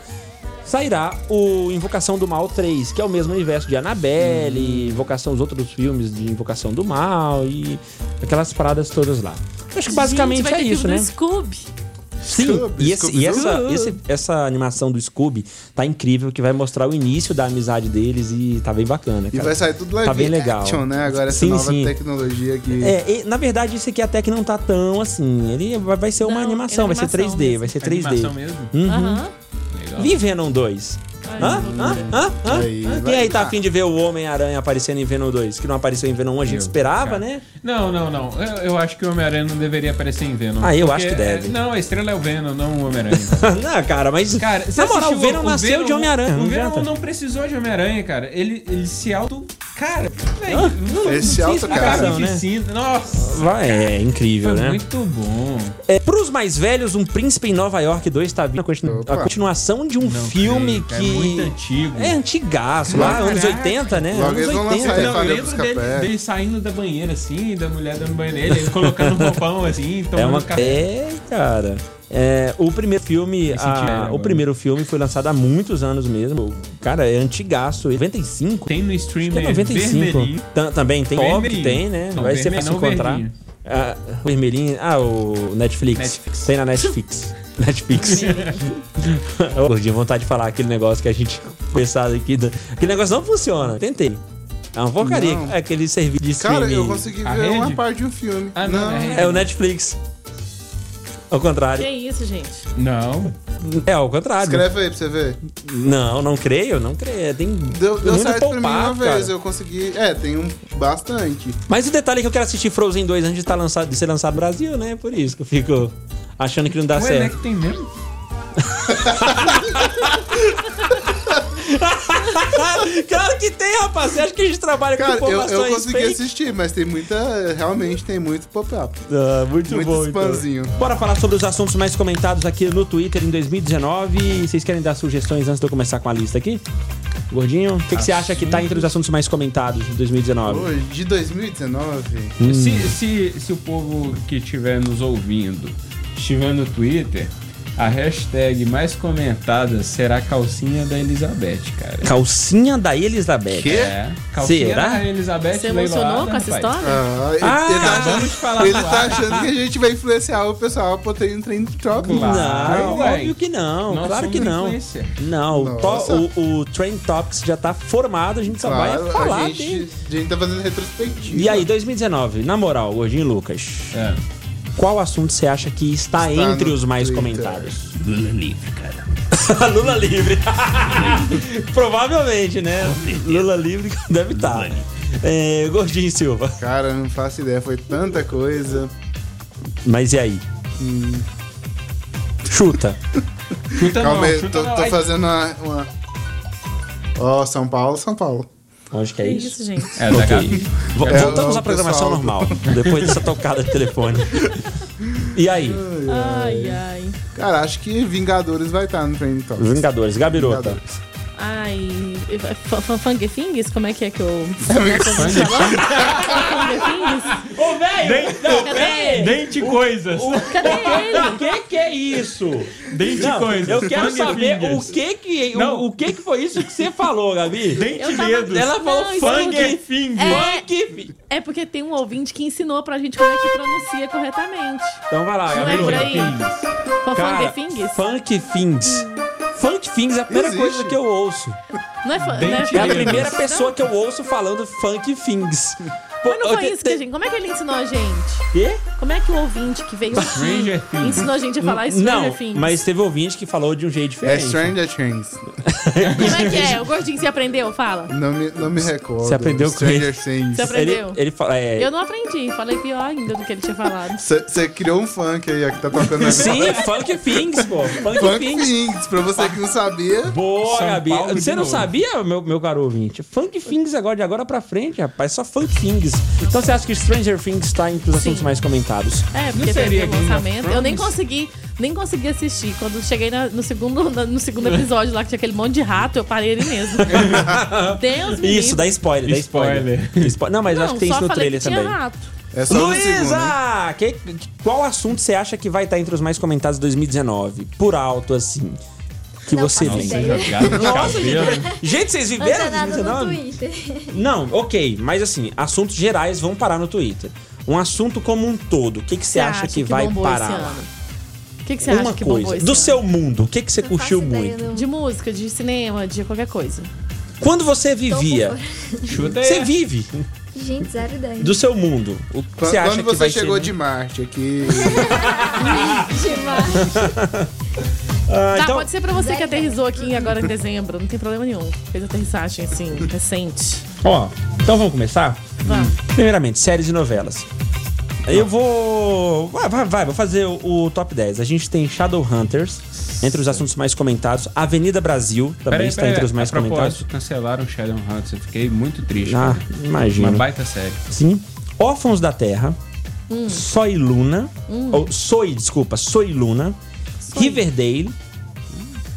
Speaker 2: sairá o Invocação do Mal 3, que é o mesmo universo de Annabelle,
Speaker 4: Hum.
Speaker 2: Invocação, os outros filmes de Invocação do Mal e aquelas paradas todas lá. Acho que basicamente
Speaker 5: gente, vai
Speaker 2: é
Speaker 5: ter
Speaker 2: isso,
Speaker 5: filme
Speaker 2: né?
Speaker 5: do Scooby.
Speaker 2: Sim,
Speaker 3: Scooby,
Speaker 2: e, esse-
Speaker 3: Scooby
Speaker 2: e essa,
Speaker 3: Doo.
Speaker 2: esse- essa animação do Scooby tá incrível, que vai mostrar o início da amizade deles e tá bem bacana,
Speaker 3: E
Speaker 2: cara.
Speaker 3: vai sair tudo live
Speaker 2: Tá bem legal.
Speaker 3: action, né? Agora essa
Speaker 2: Sim,
Speaker 3: nova
Speaker 2: sim.
Speaker 3: tecnologia que...
Speaker 2: É, e, na verdade, isso aqui até que não tá tão assim. Ele vai, vai ser uma
Speaker 5: Não,
Speaker 2: animação,
Speaker 5: é
Speaker 2: vai ser
Speaker 5: animação
Speaker 2: 3D,
Speaker 5: mesmo.
Speaker 2: vai ser
Speaker 4: É Animação
Speaker 2: 3D.
Speaker 4: mesmo?
Speaker 5: Aham.
Speaker 4: Legal.
Speaker 2: Vi Venom 2.
Speaker 5: Ai,
Speaker 2: Uhum. Hã?
Speaker 5: meu
Speaker 2: um Hã?
Speaker 5: Deus.
Speaker 2: Hã? Hã?
Speaker 3: Hum, Aí,
Speaker 2: Hã? Quem
Speaker 3: vai
Speaker 2: aí tá
Speaker 3: lá.
Speaker 2: afim de ver o Homem-Aranha aparecendo em Venom 2? Que não apareceu em Venom 1, a gente
Speaker 4: Eu,
Speaker 2: esperava,
Speaker 4: cara.
Speaker 2: né?
Speaker 4: Não, não, não. Eu, eu acho que o Homem-Aranha não deveria aparecer em Venom.
Speaker 2: Ah, eu
Speaker 4: Porque,
Speaker 2: acho que deve.
Speaker 4: é, não, a estrela é o Venom, não o Homem-Aranha.
Speaker 2: não, cara, mas.
Speaker 4: Cara, você
Speaker 2: na moral, o
Speaker 4: assistiu
Speaker 2: Venom nasceu
Speaker 4: Venom- um?
Speaker 2: de Homem-Aranha.
Speaker 4: O
Speaker 2: não
Speaker 4: Venom
Speaker 2: adianta.
Speaker 4: não precisou de Homem-Aranha, cara. Ele, ele se auto. Cara, velho. um
Speaker 3: Esse é alto,
Speaker 2: não-
Speaker 3: cara.
Speaker 2: não- né?
Speaker 4: carnificina. Nossa.
Speaker 2: Vai, é incrível,
Speaker 4: Foi
Speaker 2: né?
Speaker 4: muito bom.
Speaker 2: É, pros mais velhos, Um Príncipe em Nova York 2 tá vindo a, continu-
Speaker 3: Opa.
Speaker 2: a continuação de um
Speaker 4: Não
Speaker 2: filme
Speaker 4: creio,
Speaker 2: que.
Speaker 4: É muito antigo.
Speaker 2: É antigaço, lá
Speaker 4: Caraca.
Speaker 2: anos 80, né?
Speaker 3: Logo
Speaker 2: anos
Speaker 3: eles vão lançar tá
Speaker 4: Não,
Speaker 3: Aí
Speaker 4: eu
Speaker 3: falei
Speaker 4: lembro
Speaker 3: buscar
Speaker 4: dele,
Speaker 3: pé.
Speaker 4: dele saindo da banheira assim, da mulher dando banho nele, ele colocando um roupão assim, tomando
Speaker 2: É uma
Speaker 4: café.
Speaker 2: é, cara. É, o primeiro filme,
Speaker 4: senti
Speaker 2: a-
Speaker 4: velho agora.
Speaker 2: o primeiro filme foi lançado há muitos anos mesmo. Cara, é antigaço, 95.
Speaker 4: Tem no
Speaker 2: Acho que
Speaker 4: streamer
Speaker 2: é 95.
Speaker 4: vermelhinho.
Speaker 2: Ta- também tem,
Speaker 4: Vermelhinho.
Speaker 2: óbvio que tem, né?
Speaker 4: Não,
Speaker 2: Vai ser pra
Speaker 4: vermelho
Speaker 2: se
Speaker 4: não,
Speaker 2: encontrar.
Speaker 4: verdinho.
Speaker 2: Ah, vermelhinho, ah, o Netflix.
Speaker 4: Netflix.
Speaker 2: Tem na Netflix. Netflix. Ô, Gordinho, vontade de falar aquele negócio que a gente pensava aqui. da- Aquele negócio não funciona. Tentei. É uma porcaria.
Speaker 3: Não.
Speaker 2: É aquele serviço de streaming.
Speaker 3: Cara, eu consegui
Speaker 4: A
Speaker 3: ver uma
Speaker 4: rede?
Speaker 3: parte de um filme.
Speaker 4: Ah, não,
Speaker 3: não.
Speaker 4: é a rede.
Speaker 2: É o Netflix. Ao contrário.
Speaker 5: Que é isso, gente.
Speaker 4: Não.
Speaker 2: É, ao contrário.
Speaker 3: Escreve aí pra você ver.
Speaker 2: Não, não creio, não creio. Tem
Speaker 3: Deu, deu
Speaker 2: muito
Speaker 3: certo pra mim uma
Speaker 2: poupado,
Speaker 3: vez,
Speaker 2: cara.
Speaker 3: eu consegui. É, tem um bastante.
Speaker 2: Mas o detalhe é que eu quero assistir Frozen 2 antes de, tá lançado, de ser lançado no Brasil, né? Por isso que eu fico achando que não dá
Speaker 4: O
Speaker 2: certo.
Speaker 4: Elec tem é mesmo?
Speaker 2: claro que tem, rapaz. Você acha que a gente trabalha
Speaker 3: Cara,
Speaker 2: com
Speaker 3: eu,
Speaker 2: informações
Speaker 3: eu consegui
Speaker 2: fake?
Speaker 3: assistir, mas tem muita. Realmente tem muito pop-up.
Speaker 2: Ah, muito,
Speaker 3: Muito
Speaker 2: bom, então.
Speaker 3: spamzinho.
Speaker 2: Bora falar sobre os assuntos mais comentados aqui no Twitter em 2019. Vocês querem dar sugestões antes de eu começar com a lista aqui? Gordinho, o que, que você acha que tá entre os assuntos mais comentados de 2019?
Speaker 3: Hoje, de 2019.
Speaker 2: Hum.
Speaker 4: Se, se, se o povo que estiver nos ouvindo estiver no Twitter, a hashtag mais comentada será a calcinha da Elizabeth, cara.
Speaker 2: Calcinha da Elizabeth.
Speaker 4: É, calcinha
Speaker 2: Será?
Speaker 4: da Elizabeth
Speaker 5: Você emocionou
Speaker 4: leiloada,
Speaker 5: com essa
Speaker 4: rapaz.
Speaker 5: história?
Speaker 3: Ah, ele,
Speaker 2: Ah,
Speaker 3: ele tá
Speaker 4: Acabamos de
Speaker 3: achando,
Speaker 4: falar
Speaker 3: ele
Speaker 4: do
Speaker 3: tá
Speaker 4: ar.
Speaker 3: achando que a gente vai influenciar o pessoal pra ter um trem de
Speaker 2: Não,
Speaker 3: shopping.
Speaker 4: Claro, ué.
Speaker 2: óbvio que não,
Speaker 4: Nós
Speaker 2: claro
Speaker 4: somos
Speaker 2: que não.
Speaker 4: um influencer.
Speaker 2: Não, o,
Speaker 3: Nossa.
Speaker 2: to- o, o Trend Topics já tá formado, a gente só vai
Speaker 3: Claro,
Speaker 2: falar
Speaker 3: a
Speaker 2: dele.
Speaker 3: gente, a gente tá fazendo retrospectiva.
Speaker 2: E aí, 2019, na moral, Gordinho e Lucas,
Speaker 4: É.
Speaker 2: qual assunto você acha que está,
Speaker 3: Está
Speaker 2: entre
Speaker 3: no
Speaker 2: os mais
Speaker 3: Twitter.
Speaker 2: comentados?
Speaker 6: Lula livre, cara.
Speaker 2: Lula livre. Provavelmente, né? Lula livre deve estar.
Speaker 6: livre.
Speaker 2: É, Gordinho Silva.
Speaker 3: Cara, não faço ideia, foi tanta coisa.
Speaker 2: Mas e aí? Chuta.
Speaker 4: Chuta
Speaker 3: Calma
Speaker 4: não,
Speaker 3: aí,
Speaker 4: chuta
Speaker 3: tô,
Speaker 4: não.
Speaker 3: tô
Speaker 4: Ai,
Speaker 3: fazendo uma. uma- Ó, São Paulo, São Paulo.
Speaker 2: Onde que
Speaker 5: Que
Speaker 2: é isso?
Speaker 5: isso, gente.
Speaker 4: É, da
Speaker 2: Ok.
Speaker 4: Gabi.
Speaker 2: Vo-
Speaker 3: É,
Speaker 2: Voltamos
Speaker 3: o
Speaker 2: à programação
Speaker 3: pessoal-
Speaker 2: normal, depois dessa tocada de telefone. E aí,
Speaker 5: Ai, ai.
Speaker 3: Cara, acho que Vingadores vai estar no Trend Talks.
Speaker 2: Vingadores, Gabirota.
Speaker 3: Vingadores.
Speaker 5: Ai. fa- fa- Fangefingers? Como é que é que eu. Fangefingers?
Speaker 2: Ô, velho!
Speaker 5: Cadê?
Speaker 4: Dente coisas.
Speaker 5: Cadê ele?
Speaker 2: O que que é isso?
Speaker 4: Dente
Speaker 2: Não,
Speaker 4: coisas.
Speaker 2: eu quero
Speaker 4: Fangue
Speaker 2: saber
Speaker 4: fingers.
Speaker 2: o que que, o,
Speaker 4: Não.
Speaker 2: o que que foi isso que você falou, Gabi?
Speaker 4: Dente
Speaker 5: Eu tava-
Speaker 4: dedos.
Speaker 2: Ela falou
Speaker 5: Não, isso
Speaker 2: fang,
Speaker 5: aqui-
Speaker 2: fing,
Speaker 5: É.
Speaker 2: fang.
Speaker 5: É porque tem um ouvinte que ensinou pra gente como é que pronuncia corretamente.
Speaker 2: Então vai lá,
Speaker 5: Não é
Speaker 2: Gabi.
Speaker 5: por aí?
Speaker 2: Cara,
Speaker 5: Fangefingers?
Speaker 2: funk fins. Funk fins é a primeira
Speaker 3: Existe.
Speaker 2: coisa que eu ouço.
Speaker 5: Não é fa- não
Speaker 4: Dente
Speaker 5: é
Speaker 2: É a
Speaker 4: Meu Deus.
Speaker 2: primeira
Speaker 5: Não?
Speaker 2: pessoa que eu ouço falando funk fins. Pô,
Speaker 5: Mas não foi
Speaker 2: eu-
Speaker 5: isso que a gente. Como é que ele ensinou a gente?
Speaker 2: Quê?
Speaker 5: Como é que o ouvinte que veio
Speaker 4: Stranger
Speaker 5: aqui
Speaker 4: Things.
Speaker 5: ensinou a gente a falar isso?
Speaker 2: Não, mas teve ouvinte que falou de um jeito
Speaker 3: É
Speaker 2: diferente.
Speaker 3: Stranger Things.
Speaker 5: Como é que é? O gordinho se aprendeu? Fala.
Speaker 3: Não me, não me recordo.
Speaker 2: Você aprendeu com
Speaker 3: Stranger
Speaker 2: ele.
Speaker 3: Things.
Speaker 5: Você aprendeu?
Speaker 2: Ele, ele fala. é,
Speaker 5: Eu não aprendi. Falei pior ainda do que ele tinha falado.
Speaker 3: Você criou um funk aí, ó, que tá tocando agora.
Speaker 2: Sim, funk fins, pô. Funk,
Speaker 3: Funk
Speaker 2: fins.
Speaker 3: Things, pra você que não sabia.
Speaker 2: Boa,
Speaker 4: São
Speaker 2: Gabi.
Speaker 4: Paulo de
Speaker 2: Você não
Speaker 4: novo.
Speaker 2: sabia, meu, meu caro ouvinte? Funk Things é agora, de agora pra frente, rapaz. Só Funk Things. Então você acha que Stranger Things tá entre os assuntos mais comentados?
Speaker 5: É, porque
Speaker 4: seria
Speaker 5: teve o
Speaker 4: Game of
Speaker 5: lançamento. Eu nem
Speaker 4: Thrones?
Speaker 5: consegui, nem consegui assistir. Quando cheguei na- no, segundo, na- no segundo episódio lá, que tinha aquele monte de rato, eu parei ali mesmo. Deus me
Speaker 2: Isso,
Speaker 5: livre.
Speaker 2: dá spoiler, dá spoiler. Spo- Não, mas eu acho que tem
Speaker 5: só
Speaker 2: isso no
Speaker 5: falei
Speaker 2: trailer
Speaker 5: que tinha
Speaker 2: também.
Speaker 5: rato.
Speaker 3: É só no segundo. hein?
Speaker 2: Luísa! Que- que- Qual assunto você acha que vai estar entre os mais comentados de 2019? Por alto, assim. Que
Speaker 7: Não
Speaker 2: você
Speaker 7: faço
Speaker 2: lembra.
Speaker 7: ideia.
Speaker 4: Jogado de
Speaker 2: Nossa,
Speaker 4: cabelo.
Speaker 2: gente, gente, vocês
Speaker 7: Não tá
Speaker 2: viveram
Speaker 7: nada no
Speaker 2: 2019?
Speaker 7: Twitter.
Speaker 2: Não, ok, mas assim, assuntos gerais vão parar no Twitter. Um assunto como um todo, o que, que você acha que, vai
Speaker 5: bombou
Speaker 2: parar?
Speaker 5: esse
Speaker 2: lá?
Speaker 5: ano? O que, que você
Speaker 2: Uma
Speaker 5: acha que é bombou
Speaker 2: coisa,
Speaker 5: esse
Speaker 2: do
Speaker 5: ano?
Speaker 2: seu mundo, o que, que você
Speaker 7: Não
Speaker 2: curtiu
Speaker 7: faço
Speaker 2: muito?
Speaker 7: ideia, não.
Speaker 5: De música, de cinema, de qualquer coisa.
Speaker 2: Quando você
Speaker 7: Tô
Speaker 2: vivia,
Speaker 7: com-
Speaker 4: Chuta aí.
Speaker 2: você vive
Speaker 7: Gente, zero ideia.
Speaker 2: do seu mundo. O que
Speaker 3: Quando
Speaker 2: você acha
Speaker 3: quando
Speaker 2: que
Speaker 3: você
Speaker 2: vai
Speaker 3: chegou
Speaker 2: ser?
Speaker 3: de Marte aqui.
Speaker 7: Demais.
Speaker 2: Ah,
Speaker 5: tá,
Speaker 2: então,
Speaker 5: pode ser pra você que
Speaker 7: Zero.
Speaker 5: aterrissou aqui agora em dezembro. Não tem problema nenhum. Fez aterrissagem, assim, recente.
Speaker 2: ó, então vamos começar?
Speaker 5: Vamos.
Speaker 2: Primeiramente, séries e novelas. Eu vou. Vai, vai, vai, vou fazer o, o top 10. A gente tem Shadowhunters, entre os assuntos mais comentados. Avenida Brasil também
Speaker 4: Peraí,
Speaker 2: está
Speaker 4: peraí,
Speaker 2: entre os mais
Speaker 4: a propósito,
Speaker 2: comentados.
Speaker 4: cancelaram Shadowhunters. Eu fiquei muito triste.
Speaker 2: Ah,
Speaker 4: cara. Uma
Speaker 2: imagina.
Speaker 4: baita série.
Speaker 2: Sim. Órfãos da Terra. Soy Luna. Ou Soy, desculpa. Soy Luna. Riverdale.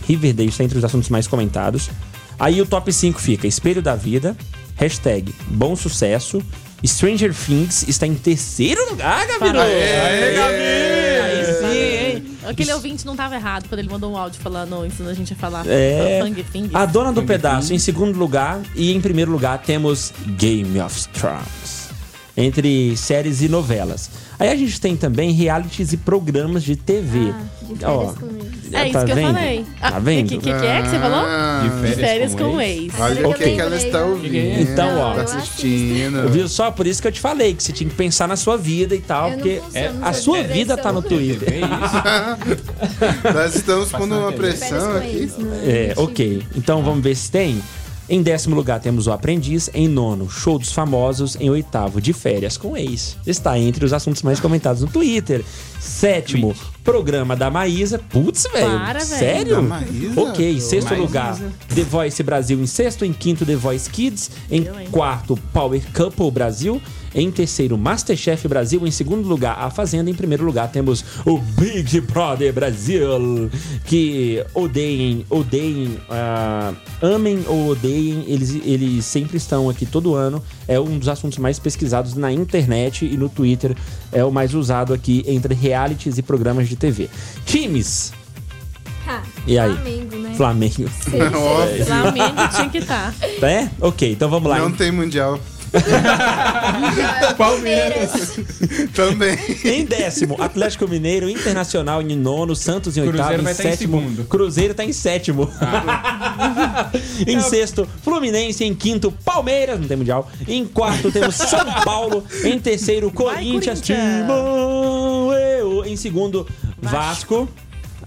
Speaker 2: Riverdale está entre os assuntos mais comentados. Aí o top 5 fica Espelho da Vida. Hashtag Bom Sucesso. Stranger Things está em terceiro lugar, Gabiru. Aê, Gabi! Aí É, sim, hein?
Speaker 5: Aquele ouvinte não tava errado quando ele mandou um áudio falando, ensinando a gente a falar
Speaker 2: É.
Speaker 5: Fang Fing.
Speaker 2: A Dona do Pedaço em segundo lugar. E em primeiro lugar temos Game of Thrones. Entre séries e novelas. Aí a gente tem também realities e programas de TV.
Speaker 7: Ah, de
Speaker 2: Ó,
Speaker 7: férias com eles.
Speaker 5: É isso
Speaker 2: tá
Speaker 5: que eu
Speaker 2: vendo?
Speaker 5: falei.
Speaker 2: Tá vendo?
Speaker 5: O que, que- que é que você falou?
Speaker 3: Ah,
Speaker 4: De férias,
Speaker 5: Férias com
Speaker 4: ex.
Speaker 5: ex.
Speaker 3: Olha o
Speaker 7: Agora
Speaker 3: que,
Speaker 7: eu
Speaker 3: que ela
Speaker 7: lembrei.
Speaker 3: está ouvindo.
Speaker 2: Então, ó.
Speaker 3: Tá
Speaker 7: Eu assisto.
Speaker 3: assistindo.
Speaker 2: Viu só? Por isso que eu te falei que você tinha que pensar na sua vida e tal,
Speaker 7: Eu não
Speaker 2: porque é,
Speaker 7: funciono, não
Speaker 2: a
Speaker 7: sou
Speaker 2: sua
Speaker 7: direita,
Speaker 2: vida tá no
Speaker 7: não.
Speaker 2: Twitter.
Speaker 4: TV, É, isso?
Speaker 3: Nós estamos pondo uma
Speaker 4: TV.
Speaker 7: Férias
Speaker 3: pressão
Speaker 7: com
Speaker 3: aqui.
Speaker 7: eles, né?
Speaker 2: É, ok. Então vamos ver se tem. Em décimo lugar temos O Aprendiz. Em nono, Show dos Famosos. Em oitavo, De Férias com Ex. Está entre os assuntos mais comentados no Twitter. Sétimo, Programa da Maísa. Putz, velho.
Speaker 5: Para, velho.
Speaker 2: Sério?
Speaker 3: Da Maísa?
Speaker 2: Ok. Em
Speaker 3: Pô,
Speaker 2: sexto lugar, The Voice Brasil. Em sexto, em quinto, The Voice Kids. Em
Speaker 5: Eu, hein?
Speaker 2: quarto, Power Couple Brasil. Em terceiro, Masterchef Brasil. Em segundo lugar, A Fazenda. Em primeiro lugar, temos o Big Brother Brasil. Que odeiem, odeiem, ah, amem ou odeiem, eles, eles sempre estão aqui todo ano. É um dos assuntos mais pesquisados na internet e no Twitter. É o mais usado aqui entre realities e programas de TV. Times.
Speaker 7: Ah,
Speaker 2: E aí?
Speaker 7: Flamengo, né?
Speaker 2: Flamengo.
Speaker 7: Seja-
Speaker 3: Óbvio.
Speaker 5: Flamengo tinha que tá. estar.
Speaker 2: É? Ok, então vamos lá.
Speaker 3: Não tem mundial.
Speaker 4: Palmeiras.
Speaker 3: Também.
Speaker 2: Em décimo, Atlético Mineiro, Internacional em nono, Santos em
Speaker 4: Cruzeiro
Speaker 2: oitavo, em
Speaker 4: vai tá em
Speaker 2: sétimo.
Speaker 4: segundo. Ah.
Speaker 2: Cruzeiro tá em sétimo. em sexto, Fluminense. Em quinto, Palmeiras. Não tem mundial. Em quarto, temos São Paulo. Em terceiro, Corinthians.
Speaker 5: Corinthians.
Speaker 2: Timão, eu. Em segundo, Vasco.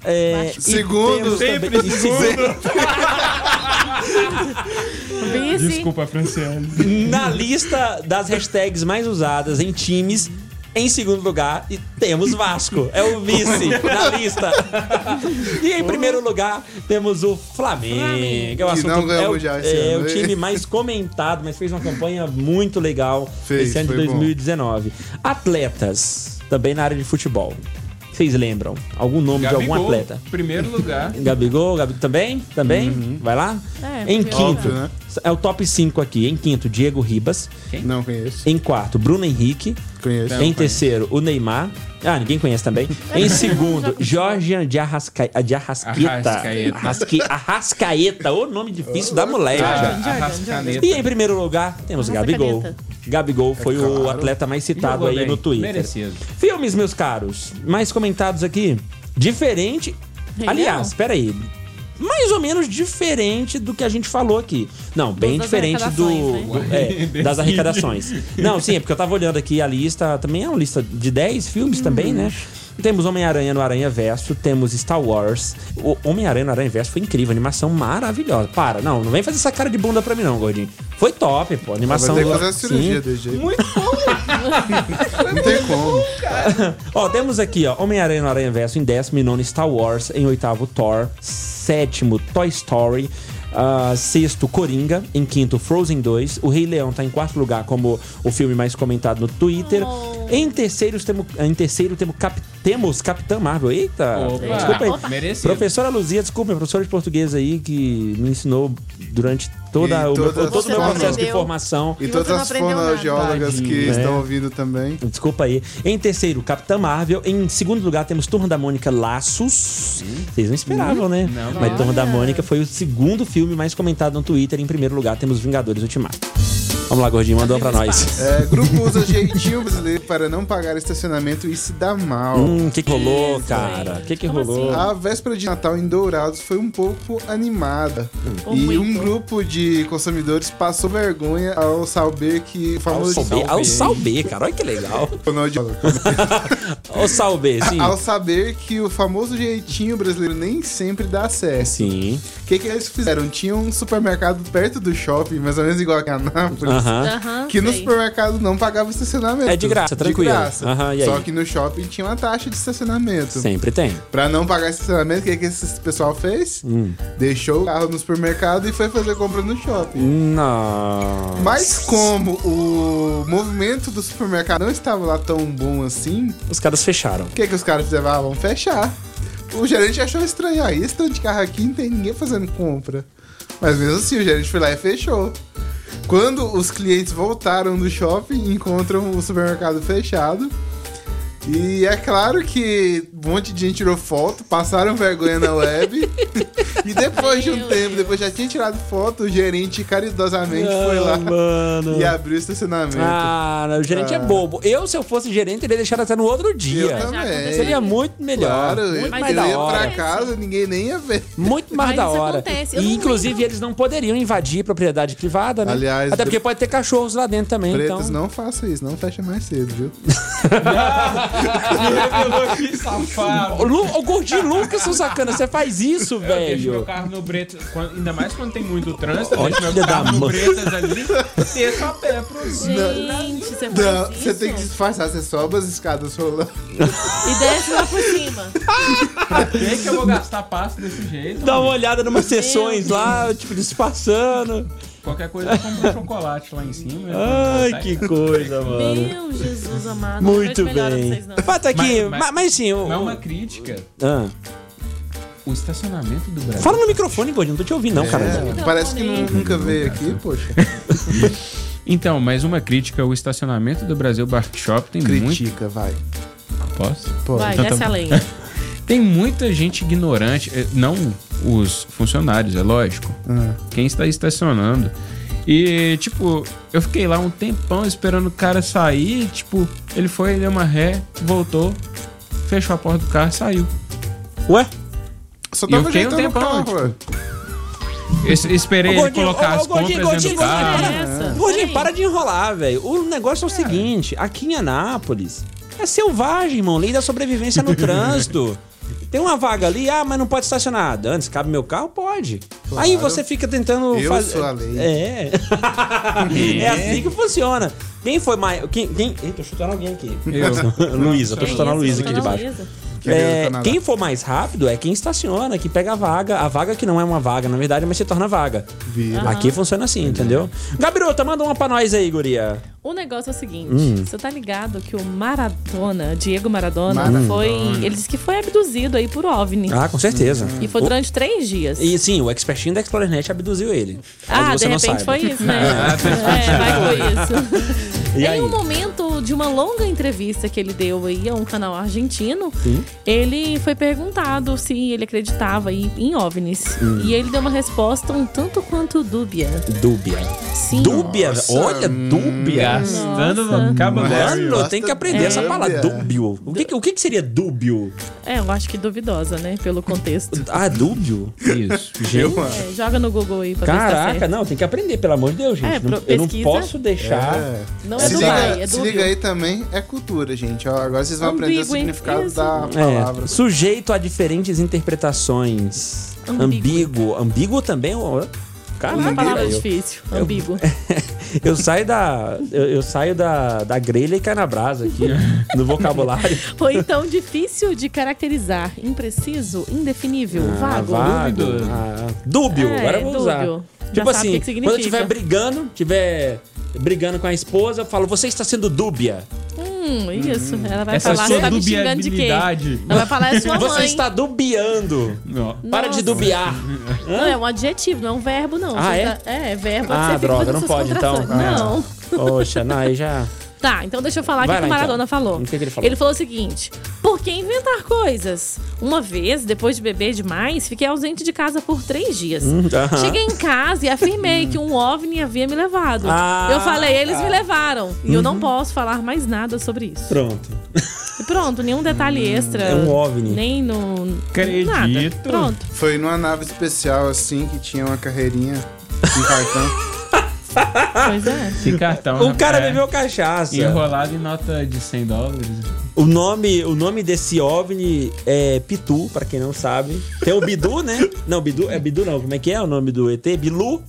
Speaker 2: É, e
Speaker 3: Segundo.
Speaker 2: temos também- em segundo.
Speaker 5: Vice.
Speaker 4: Desculpa, Franciane.
Speaker 2: Na lista das hashtags mais usadas em times, em segundo lugar, e temos Vasco. É o vice na lista. E em primeiro lugar, temos o Flamengo. É o,
Speaker 3: Que
Speaker 2: assunto-
Speaker 3: não ganhou
Speaker 2: é o-
Speaker 3: Mundial esse
Speaker 2: é
Speaker 3: ano,
Speaker 2: o
Speaker 3: hein?
Speaker 2: time mais comentado, mas fez uma campanha muito legal
Speaker 3: Fez,
Speaker 2: esse ano de
Speaker 3: foi bom.
Speaker 2: 2019. Atletas, também na área de futebol. Vocês lembram? Algum nome de algum atleta?
Speaker 4: primeiro lugar.
Speaker 2: Gabigol, Gabigol também? Também? Vai lá?
Speaker 5: É,
Speaker 2: em
Speaker 5: porque-
Speaker 2: quinto,
Speaker 3: Uhum. Óbvio, né?
Speaker 2: é o top 5 aqui. Em quinto, Diego Ribas.
Speaker 3: Não conheço.
Speaker 2: Em quarto, Bruno Henrique.
Speaker 3: Conheço.
Speaker 2: em terceiro, o Neymar. Ah, ninguém conhece também. em segundo, Jorge de, Arrasca... de Arrasqueta.
Speaker 4: Arrascaeta.
Speaker 2: Arrasque... Arrascaeta. Ô nome difícil da mulher.
Speaker 4: a Ah, Arrascaeta.
Speaker 2: E em primeiro lugar, temos Gabigol.
Speaker 5: Arrascaeta.
Speaker 2: Gabigol foi o
Speaker 3: claro.
Speaker 2: atleta mais citado
Speaker 4: Jogou
Speaker 2: aí
Speaker 4: bem.
Speaker 2: no Twitter.
Speaker 4: Merecido.
Speaker 2: Filmes, meus caros, mais comentados aqui. Diferente.
Speaker 5: Rei
Speaker 2: Aliás,
Speaker 5: Leão?
Speaker 2: peraí. Mais ou menos diferente do que a gente falou aqui. Não, bem
Speaker 5: Das
Speaker 2: diferente do.
Speaker 5: arrecadações,
Speaker 2: é, das arrecadações. Não, sim, é porque eu tava olhando aqui a lista. Também é uma lista de 10 filmes também, né?
Speaker 3: Uhum.
Speaker 2: Temos Homem-Aranha no Aranha Verso, temos Star Wars. O Homem-Aranha no Aranha Verso foi incrível, animação maravilhosa. Para, não, não vem fazer essa cara de bunda pra mim, não, gordinho. Foi top, pô.
Speaker 3: Vai
Speaker 2: Animação.
Speaker 3: ter que fazer a
Speaker 2: Sim.
Speaker 3: cirurgia desse jeito. Muito bom! Não tem como.
Speaker 2: Ó, temos aqui, ó, Homem-Aranha no Aranha Verso em décimo, em nono Star Wars, em oitavo Thor, sétimo Toy Story, ah, sexto Coringa, em quinto Frozen 2, o Rei Leão tá em quarto lugar como o filme mais comentado no Twitter. Em terceiro temos, em terceiro temos, Cap, temos Capitã Marvel. Eita!
Speaker 4: Opa.
Speaker 2: Desculpa aí.
Speaker 4: Opa. Merecido.
Speaker 2: Professora Luzia, desculpa, professora de português aí que me ensinou durante toda
Speaker 3: E
Speaker 2: o meu,
Speaker 3: todas
Speaker 2: todo o
Speaker 3: as
Speaker 2: meu
Speaker 3: formas.
Speaker 2: processo de
Speaker 5: Aprendeu.
Speaker 2: formação.
Speaker 3: E
Speaker 5: E
Speaker 3: todas
Speaker 5: você não
Speaker 3: as
Speaker 5: aprendeu nada.
Speaker 3: fonoaudiólogas que
Speaker 2: Tadinho, né?
Speaker 3: estão ouvindo também.
Speaker 2: Desculpa aí. Em terceiro, Capitã Marvel. Em segundo lugar, temos Turma da Mônica Laços. Vocês não
Speaker 3: Hum?
Speaker 2: esperavam, né?
Speaker 4: Não.
Speaker 2: Mas Turma da Mônica foi o segundo filme mais comentado no Twitter. Em primeiro lugar, temos Vingadores Ultimato. Vamos lá, gordinho, mandou pra nós.
Speaker 3: É, grupo usa jeitinho brasileiro para não pagar estacionamento e se dá mal.
Speaker 2: Hum, o que, que rolou, cara? O que, que
Speaker 5: Como
Speaker 2: rolou?
Speaker 5: assim?
Speaker 3: A véspera de Natal em Dourados foi um pouco animada.
Speaker 2: Hum.
Speaker 5: Ou
Speaker 3: E
Speaker 5: muito.
Speaker 3: um grupo de consumidores passou vergonha ao saber que o
Speaker 2: Ao
Speaker 3: famoso
Speaker 2: Salbê, ao Salbê, cara, olha que legal.
Speaker 3: fonoaudiólogo-
Speaker 2: Ao Salbê, sim.
Speaker 3: ao saber que o famoso jeitinho brasileiro nem sempre dá certo.
Speaker 2: Sim.
Speaker 3: O que, que eles fizeram? Tinha um supermercado perto do shopping, mais ou menos igual a Anápolis,
Speaker 2: Aham.
Speaker 5: Aham,
Speaker 3: que no
Speaker 5: sei.
Speaker 3: supermercado não pagava estacionamento.
Speaker 2: É de graça, tranquilo.
Speaker 3: De graça.
Speaker 2: Aham, e aí?
Speaker 3: Só que no shopping tinha uma taxa de estacionamento.
Speaker 2: Sempre tem.
Speaker 3: Pra não pagar estacionamento, o que, que esse pessoal fez? Deixou o carro no supermercado e foi fazer compra no shopping.
Speaker 2: Não.
Speaker 3: Mas como o movimento do supermercado não estava lá tão bom assim,
Speaker 2: Os caras fecharam.
Speaker 3: o que, que os caras fizeram? Ah, vamos fechar. O gerente achou estranho. Aí, esse tanto de carro aqui não tem ninguém fazendo compra. Mas mesmo assim, o gerente foi lá e fechou. Quando os clientes voltaram do shopping, encontram o supermercado fechado. E é claro que um monte de gente tirou foto, passaram vergonha na web. e depois de um
Speaker 5: Meu
Speaker 3: tempo, depois já tinha tirado foto, o gerente caridosamente foi lá
Speaker 2: Ah, mano.
Speaker 3: e abriu o estacionamento.
Speaker 2: Ah, não, o gerente é
Speaker 3: Ah.
Speaker 2: bobo. Eu, se eu fosse gerente, teria deixado até no outro
Speaker 3: eu
Speaker 2: dia.
Speaker 3: também.
Speaker 5: aconteceu.
Speaker 2: Seria muito melhor.
Speaker 3: Claro,
Speaker 2: muito
Speaker 3: eu
Speaker 2: mais da
Speaker 3: ia
Speaker 2: hora.
Speaker 3: pra casa, ninguém nem ia ver.
Speaker 2: Muito mais
Speaker 5: Mas
Speaker 2: da
Speaker 5: isso
Speaker 2: hora.
Speaker 5: acontece, eu
Speaker 2: E
Speaker 5: não
Speaker 2: inclusive
Speaker 5: lembro.
Speaker 2: eles não poderiam invadir propriedade privada, né?
Speaker 3: Aliás,
Speaker 2: Até
Speaker 3: de-
Speaker 2: porque pode ter cachorros lá dentro também,
Speaker 3: Pretos,
Speaker 2: então.
Speaker 3: não faça isso, não fecha mais cedo, viu?
Speaker 4: Que safado. Ah,
Speaker 2: O, Lu... o Gordinho Lucas, seu sacana, você faz isso,
Speaker 4: Eu deixo meu
Speaker 2: velho.
Speaker 4: carro no Bretas, quando- ainda mais quando tem muito trânsito, eu
Speaker 2: Olha
Speaker 4: deixo meu
Speaker 2: filha da
Speaker 4: carro no
Speaker 2: mãe.
Speaker 4: Bretas ali, desço a pé pro
Speaker 5: Gente, você faz
Speaker 3: Não,
Speaker 5: isso?
Speaker 3: você tem que disfarçar, você sobe as escadas rolando.
Speaker 5: E desce lá por cima.
Speaker 4: Quem que eu vou gastar passo desse jeito?
Speaker 2: Dá uma olhada numas sessões lá, tipo, disfarçando.
Speaker 4: Qualquer coisa eu compro um chocolate lá em cima.
Speaker 2: Ai,
Speaker 4: Tá
Speaker 2: que coisa, mano.
Speaker 5: Meu Jesus amado. não
Speaker 2: Muito
Speaker 5: vejo melhora pra
Speaker 2: bem.
Speaker 5: Vocês, não.
Speaker 2: Fato aqui,
Speaker 4: Mas- mas-
Speaker 2: mas, mas sim, o-
Speaker 4: Mas é uma crítica,
Speaker 2: Ah,
Speaker 4: o estacionamento do Brasil.
Speaker 2: fala no microfone, Gordinho, não tô te ouvindo, não, cara.
Speaker 3: É, parece que nu- nunca veio aqui, poxa.
Speaker 4: Então, mais uma crítica, o estacionamento do Brasil Barkshop tem muito...
Speaker 3: Critica, vai.
Speaker 4: Posso?
Speaker 3: Pô,
Speaker 5: Vai,
Speaker 4: Então tá
Speaker 5: desce
Speaker 4: bom.
Speaker 5: a lenha.
Speaker 4: Tem muita gente ignorante, eh, não os funcionários, é lógico.
Speaker 2: Ah.
Speaker 4: Quem está estacionando. E, tipo, eu fiquei lá um tempão esperando o cara sair. Tipo, ele foi, deu uma ré, voltou, fechou a porta do carro e saiu.
Speaker 2: Ué?
Speaker 3: Só
Speaker 4: E
Speaker 3: tava
Speaker 4: eu fiquei um
Speaker 3: ajeitando o
Speaker 4: tempão,
Speaker 3: carro,
Speaker 4: tipo,
Speaker 3: ué.
Speaker 4: Eu es- esperei
Speaker 2: Ô,
Speaker 4: ele
Speaker 2: Gordinho,
Speaker 4: colocar
Speaker 2: ô, ô,
Speaker 4: as compras
Speaker 2: Gordinho,
Speaker 4: dentro do
Speaker 2: Gordinho, Gordinho,
Speaker 4: carro.
Speaker 2: para-
Speaker 5: Essa.
Speaker 2: Gordinho,
Speaker 5: Peraí.
Speaker 2: para de enrolar, velho. O negócio é o seguinte: aqui em Anápolis é selvagem, irmão. Lei da sobrevivência no trânsito. Tem uma vaga ali, ah, mas não pode estacionar. Antes, cabe meu carro? Pode. Aí você fica tentando
Speaker 3: Eu
Speaker 2: fazer.
Speaker 3: sou a lei.
Speaker 2: É. é assim que funciona. Quem foi mais. Quem, quem... Eita, tô chutando alguém aqui.
Speaker 4: Eu. é
Speaker 2: Luísa, tô
Speaker 4: Não,
Speaker 2: chutando a
Speaker 5: Isso,
Speaker 2: Luísa
Speaker 5: tá
Speaker 2: aqui
Speaker 5: na
Speaker 2: de baixo.
Speaker 5: Luísa.
Speaker 3: Querendo
Speaker 2: É,
Speaker 3: Canadá.
Speaker 2: quem for mais rápido é quem estaciona, que pega a vaga. A vaga que não é uma vaga, na verdade, mas se torna vaga.
Speaker 3: Vira.
Speaker 2: Aqui funciona assim, entendeu? Gabirota, manda uma pra nós aí, guria.
Speaker 5: O negócio é o seguinte,
Speaker 2: Hum.
Speaker 5: você tá ligado que o Maradona, Diego Maradona,
Speaker 3: Maradona.
Speaker 5: foi. Ele disse que foi abduzido aí por OVNI.
Speaker 2: Ah, com certeza.
Speaker 3: Uhum.
Speaker 5: E foi durante três dias.
Speaker 2: E sim, o expertinho da Explorernet abduziu ele. Caso
Speaker 5: Ah, de
Speaker 2: você não
Speaker 5: repente
Speaker 2: saiba.
Speaker 5: foi isso, né? é, vai que foi isso.
Speaker 2: E
Speaker 5: em
Speaker 2: aí?
Speaker 5: um momento de uma longa entrevista que ele deu aí a um canal argentino, ele foi perguntado se ele acreditava aí em OVNIs.
Speaker 2: Hum.
Speaker 5: E ele deu uma resposta um tanto quanto dúbia.
Speaker 2: Dúbia.
Speaker 5: Sim.
Speaker 2: Dúbia? Olha, dúbia.
Speaker 5: Nossa.
Speaker 4: Gastando cabo
Speaker 2: Mano, tem que aprender essa
Speaker 3: Dúbia.
Speaker 2: palavra. Dúbio. O que, que- o que que seria dúbio?
Speaker 5: É, eu acho que duvidosa, né? Pelo contexto.
Speaker 2: Ah, dúbio?
Speaker 4: Isso.
Speaker 2: Eu?
Speaker 5: É, joga no Google aí pra ver se
Speaker 2: Caraca,
Speaker 5: tá certo.
Speaker 2: não, tem que aprender, pelo amor de Deus, gente.
Speaker 5: É, pro-
Speaker 2: Não- eu não
Speaker 5: pesquisa.
Speaker 2: posso deixar.
Speaker 5: Não é
Speaker 3: Se,
Speaker 5: do
Speaker 3: liga,
Speaker 5: Dubai, é
Speaker 3: se liga
Speaker 5: do
Speaker 3: aí também, é cultura, gente. Ó, agora vocês vão aprender o
Speaker 5: Ambíguo, hein?
Speaker 3: significado
Speaker 5: Isso.
Speaker 3: da palavra.
Speaker 2: É, sujeito a diferentes interpretações.
Speaker 5: Ambíguo.
Speaker 2: Ambíguo. Ambíguo também? ó.
Speaker 5: é Uma
Speaker 2: Caramba,
Speaker 5: palavra
Speaker 2: velho.
Speaker 5: difícil, ambíguo.
Speaker 2: Eu saio da. Eu, eu saio da, da grelha e cai na brasa aqui no vocabulário.
Speaker 5: Ou então difícil de caracterizar, impreciso, indefinível, vago.
Speaker 2: Ah, vago,
Speaker 4: Dúbio.
Speaker 2: ah, dúbio,
Speaker 5: É,
Speaker 2: agora eu vou
Speaker 5: dúbio.
Speaker 2: usar.
Speaker 5: Já
Speaker 2: Tipo
Speaker 5: sabe o
Speaker 2: assim,
Speaker 5: que que
Speaker 2: quando eu estiver
Speaker 5: significa.
Speaker 2: brigando, tiver brigando com a esposa, eu falo, você está sendo dúbia.
Speaker 5: Hum, isso. Ela vai
Speaker 4: Essa
Speaker 5: falar, você
Speaker 4: sua
Speaker 5: tá me xingando de quê? Ela
Speaker 4: dubiabilidade.
Speaker 5: vai falar, é sua
Speaker 2: Você
Speaker 5: mãe.
Speaker 2: está dubiando.
Speaker 4: Ó,
Speaker 2: Para
Speaker 5: Nossa.
Speaker 2: de dubiar.
Speaker 5: Não, é um adjetivo, não é um verbo, não.
Speaker 2: Ah,
Speaker 5: Você
Speaker 2: é?
Speaker 5: tá- É, é verbo.
Speaker 2: Ah,
Speaker 5: você fica
Speaker 2: droga,
Speaker 5: fazendo
Speaker 2: não
Speaker 5: suas
Speaker 2: pode, então.
Speaker 5: contrações.
Speaker 2: Ah.
Speaker 5: Não.
Speaker 2: Poxa, não, aí já.
Speaker 5: Tá, então deixa eu falar o que
Speaker 2: Vai
Speaker 5: que
Speaker 2: lá,
Speaker 5: o Maradona
Speaker 2: então.
Speaker 5: falou.
Speaker 2: O que que ele falou?
Speaker 5: o seguinte: Por que inventar coisas? Uma vez, depois de beber demais, fiquei ausente de casa por três dias.
Speaker 2: aham.
Speaker 5: Cheguei em casa e afirmei que um OVNI havia me levado.
Speaker 2: Ah, Uhum.
Speaker 5: eu falei, eles me levaram. E eu não posso falar mais nada sobre isso.
Speaker 2: Pronto.
Speaker 5: E pronto, nenhum detalhe extra.
Speaker 2: É um OVNI.
Speaker 5: Nem no.
Speaker 4: Acredito.
Speaker 5: Nada. Pronto.
Speaker 3: Foi numa nave especial, assim, que tinha uma carreirinha em cartão.
Speaker 2: Ah.
Speaker 5: Pois é.
Speaker 4: Que cartão.
Speaker 2: O cara
Speaker 4: é,
Speaker 2: bebeu cachaça.
Speaker 4: Enrolado em nota de 100 dólares.
Speaker 2: O nome, o nome desse OVNI é Pitu, pra quem não sabe. Tem o Bidu, né? Não, Bidu é Bidu não. Como é que é o nome do ET? Bilu.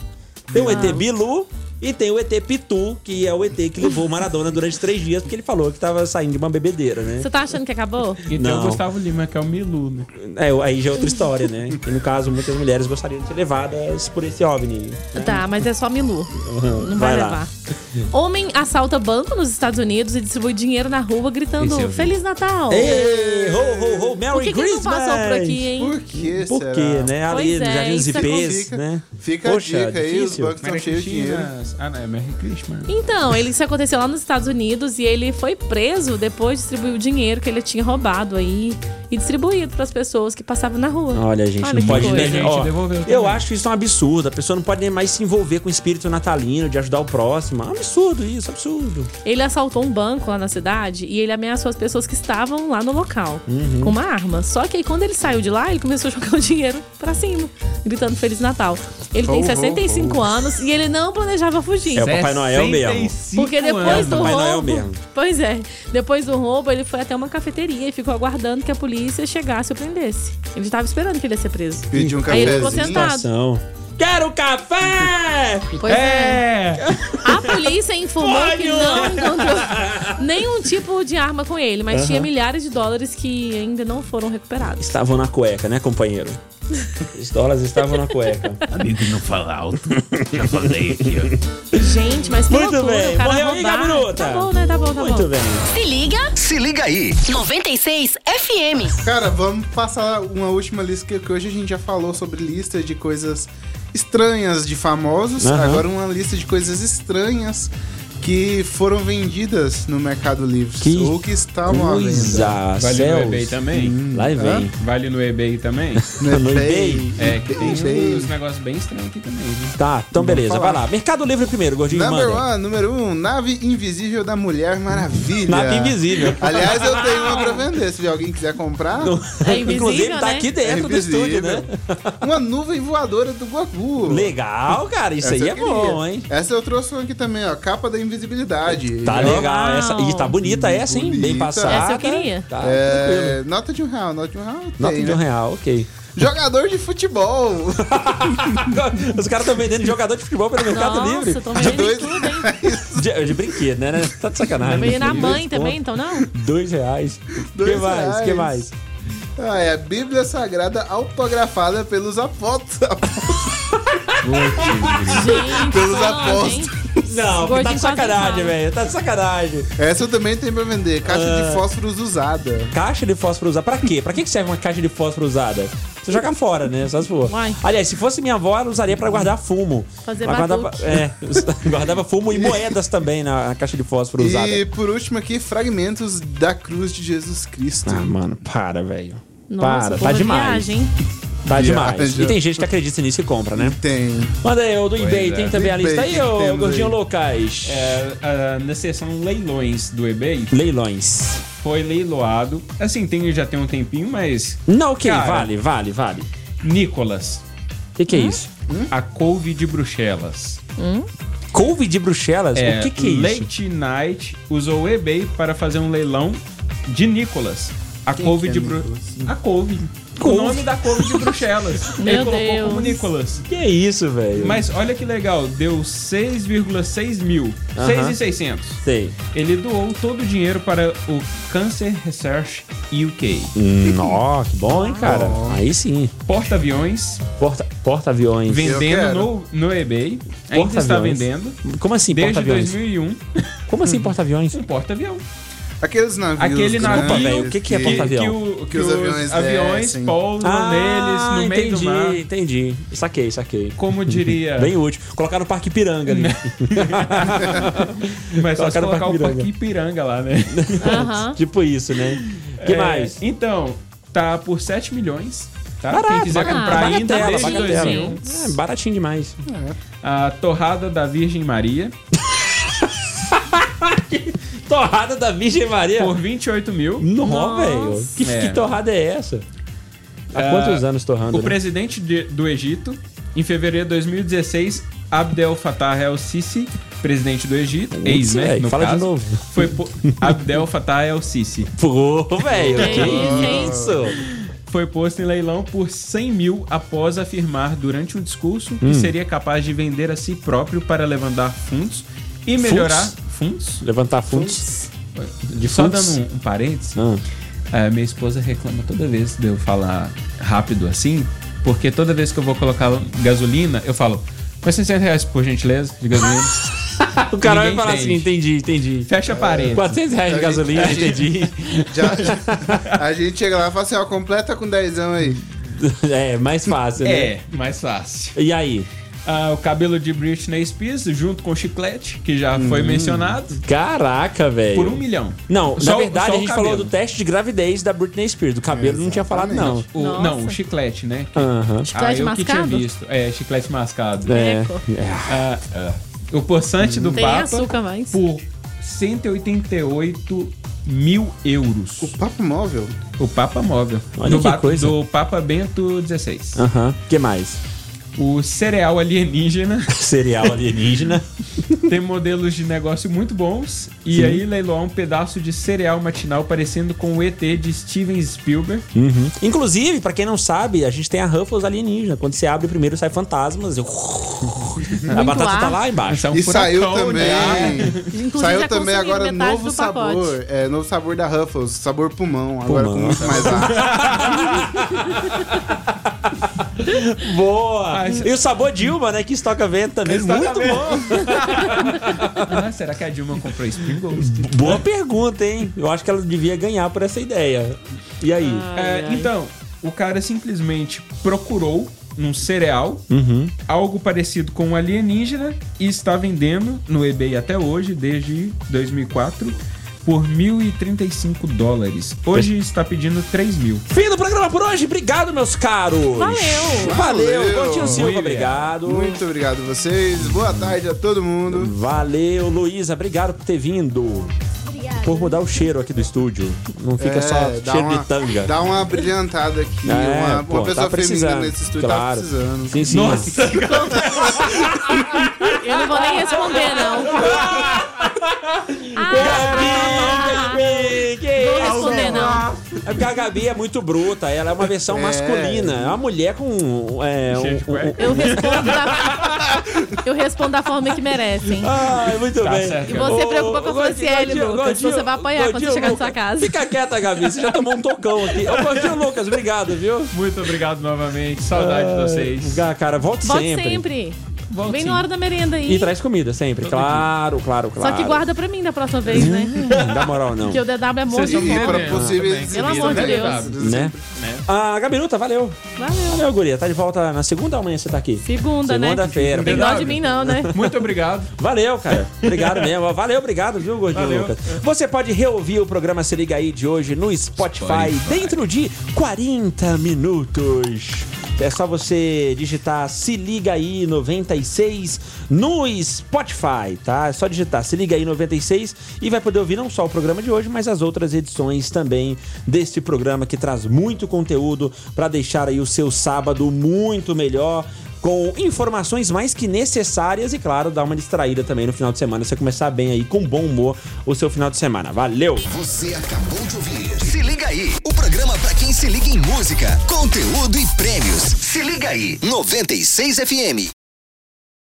Speaker 2: Tem o ET Bilu e tem o ET Pitu, que é o ET que levou o Maradona durante três dias, porque ele falou que tava saindo de uma bebedeira, né?
Speaker 5: Você tá achando que acabou?
Speaker 4: E tem
Speaker 2: Não.
Speaker 4: o Gustavo Lima, que é o Milu, né?
Speaker 2: É, aí já é outra história, né? E no caso, muitas mulheres gostariam de ser levadas por esse OVNI.
Speaker 5: Tá, mas é só Milu. Não vai,
Speaker 2: Vai lá.
Speaker 5: levar. Homem assalta banco nos Estados Unidos e distribui dinheiro na rua
Speaker 4: Esse eu
Speaker 5: gritando
Speaker 4: vi.
Speaker 5: Feliz Natal!
Speaker 2: Ei, ho, ho, ho,
Speaker 5: Por
Speaker 2: Merry
Speaker 5: que, que ele não
Speaker 2: Christmas!
Speaker 5: passou por aqui, hein?
Speaker 3: Por que
Speaker 2: Por
Speaker 3: será?
Speaker 2: quê, né? Ali
Speaker 5: Pois
Speaker 2: no
Speaker 5: é,
Speaker 2: Jardim dos
Speaker 5: isso é
Speaker 2: IPs,
Speaker 3: Fica,
Speaker 2: né?
Speaker 3: fica
Speaker 2: Poxa,
Speaker 3: a dica aí, os
Speaker 2: difícil.
Speaker 3: bancos estão cheios de dinheiro.
Speaker 4: Ah, não, é Merry Christmas.
Speaker 5: Então, ele, isso aconteceu lá nos Estados Unidos e ele foi preso depois de distribuir o dinheiro que ele tinha roubado aí e distribuído pras pessoas que passavam na rua.
Speaker 2: Olha, gente,
Speaker 5: Olha
Speaker 2: não
Speaker 5: que
Speaker 2: pode
Speaker 5: coisa.
Speaker 2: nem.
Speaker 4: Gente,
Speaker 2: ó,
Speaker 4: devolveu
Speaker 2: eu
Speaker 4: também.
Speaker 2: acho isso um absurdo. A pessoa não pode nem mais se envolver com o espírito natalino, de ajudar o próximo. É um absurdo isso, absurdo.
Speaker 5: Ele assaltou um banco lá na cidade e ele ameaçou as pessoas que estavam lá no local com uma arma. Só que aí quando ele saiu de lá, ele começou a jogar o dinheiro pra cima, gritando Feliz Natal. Ele
Speaker 3: Oh,
Speaker 5: tem
Speaker 3: oh,
Speaker 5: 65 anos e ele não planejava fugir.
Speaker 2: É o Papai Noel mesmo.
Speaker 4: 65
Speaker 5: Porque depois
Speaker 4: anos.
Speaker 5: do
Speaker 2: Papai
Speaker 5: roubo.
Speaker 2: Noel mesmo.
Speaker 5: Pois é. Depois do roubo, ele foi até uma cafeteria e ficou aguardando que a polícia chegasse ou prendesse. Ele tava esperando que ele ia ser preso.
Speaker 3: Pediu um
Speaker 5: Aí ele ficou
Speaker 3: cafezinho.
Speaker 5: sentado.
Speaker 2: Ação. Quero café!
Speaker 5: Pois é. A polícia informou que não encontrou nenhum tipo de arma com ele, mas tinha milhares de dólares que ainda não foram recuperados.
Speaker 2: Estavam na cueca, né, companheiro? Os dólares estavam na cueca.
Speaker 6: Amigo, não fala alto. Já falei aqui, ó.
Speaker 5: Gente, mas que
Speaker 2: Muito
Speaker 5: loucura,
Speaker 2: bem.
Speaker 5: o cara
Speaker 2: Morreu aí,
Speaker 5: roubar.
Speaker 2: Gabiruta.
Speaker 5: Tá bom, né? Tá bom, tá
Speaker 2: Muito
Speaker 5: bom.
Speaker 2: bem.
Speaker 9: Se liga
Speaker 1: Se liga aí.
Speaker 9: 96 FM.
Speaker 3: Cara, vamos passar uma última lista que que hoje a gente já falou sobre lista de coisas estranhas de famosos.
Speaker 2: Aham.
Speaker 3: Agora uma lista de coisas estranhas que foram vendidas no Mercado Livre.
Speaker 2: Que
Speaker 3: ou que estavam à venda.
Speaker 2: Coisa,
Speaker 4: Vale no eBay
Speaker 2: céus.
Speaker 4: também?
Speaker 2: Lá e vem.
Speaker 4: Vale no eBay também?
Speaker 3: é
Speaker 2: No
Speaker 4: é, que tem
Speaker 3: eBay.
Speaker 4: uns negócios bem estranhos aqui também, viu?
Speaker 2: Tá, então
Speaker 3: Vamos
Speaker 2: beleza. Vai
Speaker 3: falar.
Speaker 2: lá. Mercado Livre primeiro, gordinho.
Speaker 3: Number
Speaker 2: manda.
Speaker 3: one, número um, nave invisível da Mulher Maravilha.
Speaker 2: Nave invisível.
Speaker 3: Aliás, eu tenho uma pra vender. Se alguém quiser comprar,
Speaker 5: É invisível,
Speaker 2: Inclusive, tá
Speaker 5: né?
Speaker 2: aqui dentro
Speaker 3: É
Speaker 2: do estúdio,
Speaker 3: invisível.
Speaker 2: né?
Speaker 3: uma nuvem voadora do Goku.
Speaker 2: Legal, cara. Isso
Speaker 3: Essa
Speaker 2: aí
Speaker 3: eu
Speaker 2: é
Speaker 3: queria.
Speaker 2: bom, hein?
Speaker 3: Essa eu trouxe um aqui também, ó. Capa da invisibilidade.
Speaker 2: Tá
Speaker 3: Então,
Speaker 2: legal. Essa... E tá bonita essa, hein? Bem
Speaker 3: Bonita.
Speaker 2: passada.
Speaker 5: Ah, Essa eu queria.
Speaker 2: Tá, tranquilo.
Speaker 3: É, nota de um real, nota de um real.
Speaker 2: Nota
Speaker 3: tem,
Speaker 2: de um
Speaker 3: né?
Speaker 2: real, ok.
Speaker 3: Jogador de futebol.
Speaker 2: Os caras estão vendendo jogador de futebol pelo Mercado
Speaker 5: Nossa,
Speaker 2: Livre.
Speaker 5: tô vendo
Speaker 3: dois-
Speaker 5: em tudo, hein?
Speaker 2: De, de brinquedo, né? né? Tá de sacanagem.
Speaker 5: Também na
Speaker 2: Dois
Speaker 5: mãe
Speaker 2: pontos.
Speaker 5: também, então não?
Speaker 2: Dois reais. que
Speaker 3: Dois
Speaker 2: mais? Que
Speaker 3: reais.
Speaker 2: mais?
Speaker 3: Ah, é a Bíblia Sagrada autografada pelos apóstolos.
Speaker 5: Gente,
Speaker 3: Pelos
Speaker 5: Solange,
Speaker 3: apóstolos.
Speaker 5: hein?
Speaker 2: Não,
Speaker 5: Gordinho
Speaker 2: tá de
Speaker 5: quase
Speaker 2: sacanagem,
Speaker 5: nada.
Speaker 2: velho. Tá de sacanagem.
Speaker 3: Essa eu também tenho pra vender. Caixa
Speaker 2: Ah.
Speaker 3: de fósforos usada.
Speaker 2: Caixa de fósforo usada. Pra quê? Pra que que serve uma caixa de fósforo usada? Você joga fora, né? Só se for.
Speaker 5: Uai.
Speaker 2: Aliás, se fosse minha avó, ela usaria pra guardar fumo.
Speaker 5: Fazer
Speaker 2: Ela guardava,
Speaker 5: batuque.
Speaker 2: é, guardava fumo e moedas também na, na caixa de fósforo usada.
Speaker 3: E por último aqui, fragmentos da cruz de Jesus Cristo.
Speaker 2: Ah, mano, para, velho.
Speaker 5: Nossa,
Speaker 2: Para, tá
Speaker 5: porra,
Speaker 2: demais.
Speaker 5: viagem, hein?
Speaker 2: Tá
Speaker 3: Viagem.
Speaker 2: demais. E tem gente que acredita nisso e compra, né?
Speaker 3: Tem.
Speaker 2: Manda aí, o do eBay,
Speaker 4: é.
Speaker 2: tem também a
Speaker 3: eBay,
Speaker 2: lista aí,
Speaker 3: que que
Speaker 2: ô
Speaker 3: temos
Speaker 2: Gordinho
Speaker 3: aí?
Speaker 2: Lucas.
Speaker 4: É, ah, na seção leilões do eBay,
Speaker 2: Leilões.
Speaker 4: foi leiloado. Assim, tem, já tem um tempinho, mas.
Speaker 2: Não, ok,
Speaker 4: Cara.
Speaker 2: vale, vale, vale.
Speaker 4: Nicolas,
Speaker 2: O que, que é isso?
Speaker 4: a couve de Bruxelas.
Speaker 2: Couve de Bruxelas?
Speaker 4: É,
Speaker 2: o que, que é isso?
Speaker 4: Late Night usou o eBay para fazer um leilão de Nicolas. A couve
Speaker 3: que é
Speaker 4: de Bru...
Speaker 3: Nicolas?
Speaker 4: A couve.
Speaker 2: Couve?
Speaker 4: O nome da couve de Bruxelas.
Speaker 5: Meu
Speaker 4: Ele colocou
Speaker 5: Deus.
Speaker 4: como Nicolas.
Speaker 2: Que é isso, velho?
Speaker 4: Mas olha que legal, deu 6,6 mil.
Speaker 2: Aham.
Speaker 4: 6,600.
Speaker 2: Sei.
Speaker 4: Ele doou todo o dinheiro para o Cancer Research UK.
Speaker 2: Nó, que bom, hein, cara? Aí sim.
Speaker 4: Porta-aviões,
Speaker 2: Porta- Porta-aviões.
Speaker 4: vendendo
Speaker 3: quero.
Speaker 4: no, no eBay. Ainda está
Speaker 2: Porta-aviões.
Speaker 4: vendendo.
Speaker 2: Como assim,
Speaker 4: Desde
Speaker 2: porta-aviões?
Speaker 4: 2001,
Speaker 2: Como assim, porta-aviões?
Speaker 4: um porta-avião.
Speaker 3: Aqueles navios.
Speaker 4: Aquele
Speaker 3: grandes
Speaker 4: navio
Speaker 2: velho, o que que é porta-
Speaker 4: Que,
Speaker 2: Porta-avião. Ah,
Speaker 4: o-
Speaker 3: Que os aviões descem.
Speaker 4: pousam neles no meio
Speaker 2: entendi,
Speaker 4: do mar. É.
Speaker 2: entendi. Saquei, saquei.
Speaker 4: Como diria...
Speaker 2: Bem útil. Colocar no Parque Piranga ali.
Speaker 4: mas só se
Speaker 2: colocaram
Speaker 4: colocar o
Speaker 2: Paquipiranga.
Speaker 4: Paquipiranga lá, né?
Speaker 5: Aham.
Speaker 2: tipo isso, né? que
Speaker 4: É,
Speaker 2: mais?
Speaker 4: Então, tá por 7 milhões. Tá? Quem
Speaker 2: Barato,
Speaker 4: quiser
Speaker 2: barato,
Speaker 4: comprar ainda,
Speaker 2: bagatela,
Speaker 4: desde
Speaker 2: bagatela.
Speaker 4: 2001.
Speaker 2: É, baratinho demais. É.
Speaker 4: A Torrada da Virgem Maria,
Speaker 2: Torrada da Virgem Maria.
Speaker 4: por 28 mil.
Speaker 2: Não, velho. Que,
Speaker 4: É.
Speaker 2: que torrada é essa? Há
Speaker 4: Ah,
Speaker 2: quantos anos torrando?
Speaker 4: O
Speaker 2: né?
Speaker 4: presidente de- do Egito, em fevereiro de 2016, Abdel Fattah el-Sisi, presidente do Egito,
Speaker 2: Putz,
Speaker 4: ex, né,
Speaker 2: velho,
Speaker 4: no
Speaker 2: fala de
Speaker 4: caso,
Speaker 2: novo.
Speaker 4: foi po- Abdel Fattah el-Sisi.
Speaker 2: Pô, velho.
Speaker 5: Que
Speaker 2: Que
Speaker 4: Ah.
Speaker 5: isso,
Speaker 2: isso?
Speaker 4: Foi posto em leilão por 100 mil após afirmar durante um discurso
Speaker 2: Hum.
Speaker 4: que seria capaz de vender a si próprio para levantar fundos e melhorar... Fundos?
Speaker 2: Levantar fundos. De
Speaker 4: Só
Speaker 2: fundos?
Speaker 4: dando um, um parênteses,
Speaker 2: Ah.
Speaker 4: Ah, minha esposa reclama toda vez de eu falar rápido assim, porque toda vez que eu vou colocar gasolina, eu falo, mais 600 reais, por gentileza, de gasolina.
Speaker 2: O cara vai
Speaker 4: Ninguém
Speaker 2: falar assim, entendi, entendi.
Speaker 4: Fecha a parede.
Speaker 2: 400 reais de
Speaker 3: A gente-
Speaker 2: gasolina,
Speaker 3: a gente-
Speaker 2: entendi.
Speaker 3: Já, já- a gente chega lá e fala assim, ó, completa com dezão aí.
Speaker 2: É, mais fácil, né?
Speaker 4: É, mais fácil.
Speaker 2: E aí?
Speaker 4: Ah, o cabelo de Britney Spears, junto com o chiclete, que já foi mencionado,
Speaker 2: Caraca, velho.
Speaker 4: por um milhão.
Speaker 2: Não,
Speaker 4: Só
Speaker 2: na
Speaker 4: o-
Speaker 2: verdade
Speaker 4: só
Speaker 2: a
Speaker 4: o
Speaker 2: gente
Speaker 4: cabelo.
Speaker 2: falou do teste de gravidez da Britney Spears. Do cabelo não tinha falado, não.
Speaker 4: O-
Speaker 5: Nossa.
Speaker 4: não, o chiclete, né? Que-
Speaker 2: Aham.
Speaker 5: Chiclete
Speaker 4: eu que
Speaker 5: mascado?
Speaker 4: tinha visto. É, chiclete mascado.
Speaker 2: É.
Speaker 5: Eco.
Speaker 2: É.
Speaker 4: Ah, O poçante do
Speaker 5: Hum. Tem
Speaker 4: Papa
Speaker 5: açúcar mais.
Speaker 4: por 188 mil euros.
Speaker 3: O papo móvel.
Speaker 4: O Papa Móvel.
Speaker 2: Olha
Speaker 4: do,
Speaker 2: que
Speaker 4: Ba-
Speaker 2: coisa.
Speaker 4: do Papa Bento XVI.
Speaker 2: Aham. O que mais?
Speaker 4: o cereal alienígena.
Speaker 2: Cereal alienígena.
Speaker 4: Tem modelos de negócio muito bons. E aí leiloar um pedaço de cereal matinal parecendo com o ET de Steven Spielberg.
Speaker 2: Inclusive, pra quem não sabe, a gente tem a Ruffles alienígena. Quando você abre primeiro, sai fantasmas. Eu... A batata
Speaker 5: ar.
Speaker 2: tá lá embaixo.
Speaker 4: Essa é um
Speaker 3: e
Speaker 4: furacão,
Speaker 3: saiu
Speaker 4: né?
Speaker 3: também.
Speaker 5: Inclusive,
Speaker 3: Saiu
Speaker 5: já
Speaker 3: também
Speaker 5: consumi
Speaker 3: agora
Speaker 5: metade
Speaker 3: novo
Speaker 5: do pacote.
Speaker 3: sabor. É, novo sabor da Ruffles, sabor pulmão. Agora com muito mais ar.
Speaker 2: Boa!
Speaker 4: Ah, isso-
Speaker 2: E o sabor Dilma, né? Que estoca vento também.
Speaker 4: Estoca
Speaker 2: Muito
Speaker 4: vento.
Speaker 2: bom.
Speaker 4: Ah, será que a Dilma comprou Springles?
Speaker 2: Boa pergunta, hein? Eu acho que ela devia ganhar por essa ideia. E aí?
Speaker 5: Ah.
Speaker 4: É, então, o cara simplesmente procurou num cereal
Speaker 2: Uhum.
Speaker 4: algo parecido com um alienígena e está vendendo no eBay até hoje, desde 2004, por 1.035 dólares. Hoje está pedindo 3 mil.
Speaker 2: Fim do programa por hoje. Obrigado, meus caros.
Speaker 5: Valeu.
Speaker 2: Valeu.
Speaker 3: Valeu.
Speaker 2: Gostinho Silva,
Speaker 4: William.
Speaker 2: obrigado.
Speaker 3: muito obrigado a vocês. Boa tarde a todo mundo.
Speaker 2: Valeu, Luísa. Obrigado por ter vindo.
Speaker 7: Obrigada.
Speaker 2: Por mudar o cheiro aqui do estúdio. Não fica
Speaker 3: É,
Speaker 2: só
Speaker 3: dá
Speaker 2: cheiro
Speaker 3: uma-
Speaker 2: de tanga.
Speaker 3: Dá uma brilhantada aqui.
Speaker 2: É,
Speaker 3: uma uma
Speaker 2: pô,
Speaker 3: pessoa
Speaker 2: tá precisando,
Speaker 3: feminina nesse estúdio tá
Speaker 2: claro.
Speaker 3: precisando.
Speaker 2: Sim, sim.
Speaker 5: Eu não vou nem responder, não.
Speaker 2: Gabi, que
Speaker 5: Ah,
Speaker 2: isso?
Speaker 5: Não vou responder, não.
Speaker 2: É porque a Gabi é muito bruta, ela é uma versão
Speaker 3: É.
Speaker 2: masculina. É uma mulher com. É,
Speaker 4: Cheio
Speaker 2: um-
Speaker 4: de
Speaker 2: um-
Speaker 4: cueca.
Speaker 5: Eu respondo da, eu respondo da forma que merecem.
Speaker 2: Ai, muito
Speaker 4: Tá
Speaker 2: bem.
Speaker 4: certo.
Speaker 5: E você
Speaker 2: Ô,
Speaker 5: preocupa com a
Speaker 2: Gordinho,
Speaker 5: Franciele,
Speaker 2: Gordinho,
Speaker 5: Lucas.
Speaker 2: Gordinho,
Speaker 5: Você vai apanhar quando
Speaker 2: Gordinho,
Speaker 5: chegar na sua
Speaker 2: Lucas.
Speaker 5: casa.
Speaker 2: Fica quieta, Gabi, você já tomou um tocão aqui. Ô, Gordinho Lucas, obrigado, viu?
Speaker 4: Muito obrigado novamente, saudade de vocês.
Speaker 2: Ah, cara, volte,
Speaker 5: Volte
Speaker 2: sempre.
Speaker 5: sempre.
Speaker 4: Volte
Speaker 5: Vem
Speaker 4: sim.
Speaker 5: na hora da merenda aí.
Speaker 2: E traz comida sempre, claro, claro,
Speaker 5: Só
Speaker 2: claro.
Speaker 5: que guarda pra mim da próxima vez, né?
Speaker 4: Hum.
Speaker 2: Não dá moral, não.
Speaker 5: Porque o DW é
Speaker 4: Vocês
Speaker 5: monstro.
Speaker 4: são
Speaker 3: E
Speaker 4: bons.
Speaker 3: para possíveis
Speaker 4: Também.
Speaker 5: Pelo amor de
Speaker 3: exibidas,
Speaker 4: Deus.
Speaker 2: Né? Ah, Gabiruta, valeu.
Speaker 5: Valeu.
Speaker 2: Valeu, guria. Tá de volta na segunda ou amanhã você tá aqui?
Speaker 5: Segunda, né?
Speaker 2: Segunda-feira.
Speaker 5: Tem dó de mim, não, né?
Speaker 4: Muito obrigado.
Speaker 2: Valeu, cara. Obrigado mesmo. Valeu, obrigado, viu, Gordinho
Speaker 4: Valeu.
Speaker 2: Lucas? Você pode reouvir o programa Se Liga Aí de hoje no Spotify, dentro de 40 minutos. É só você digitar Se Liga Aí 96 no Spotify, tá? É só digitar Se Liga Aí 96 e vai poder ouvir não só o programa de hoje, mas as outras edições também deste programa que traz muito conteúdo para deixar aí o seu sábado muito melhor com informações mais que necessárias e, claro, dar uma distraída também no final de semana. Você começar bem aí, com bom humor, o seu final de semana. Valeu!
Speaker 1: Você acabou de ouvir. Se liga aí. O programa pra quem se liga em música, conteúdo e prêmios. Se liga aí. 96 FM.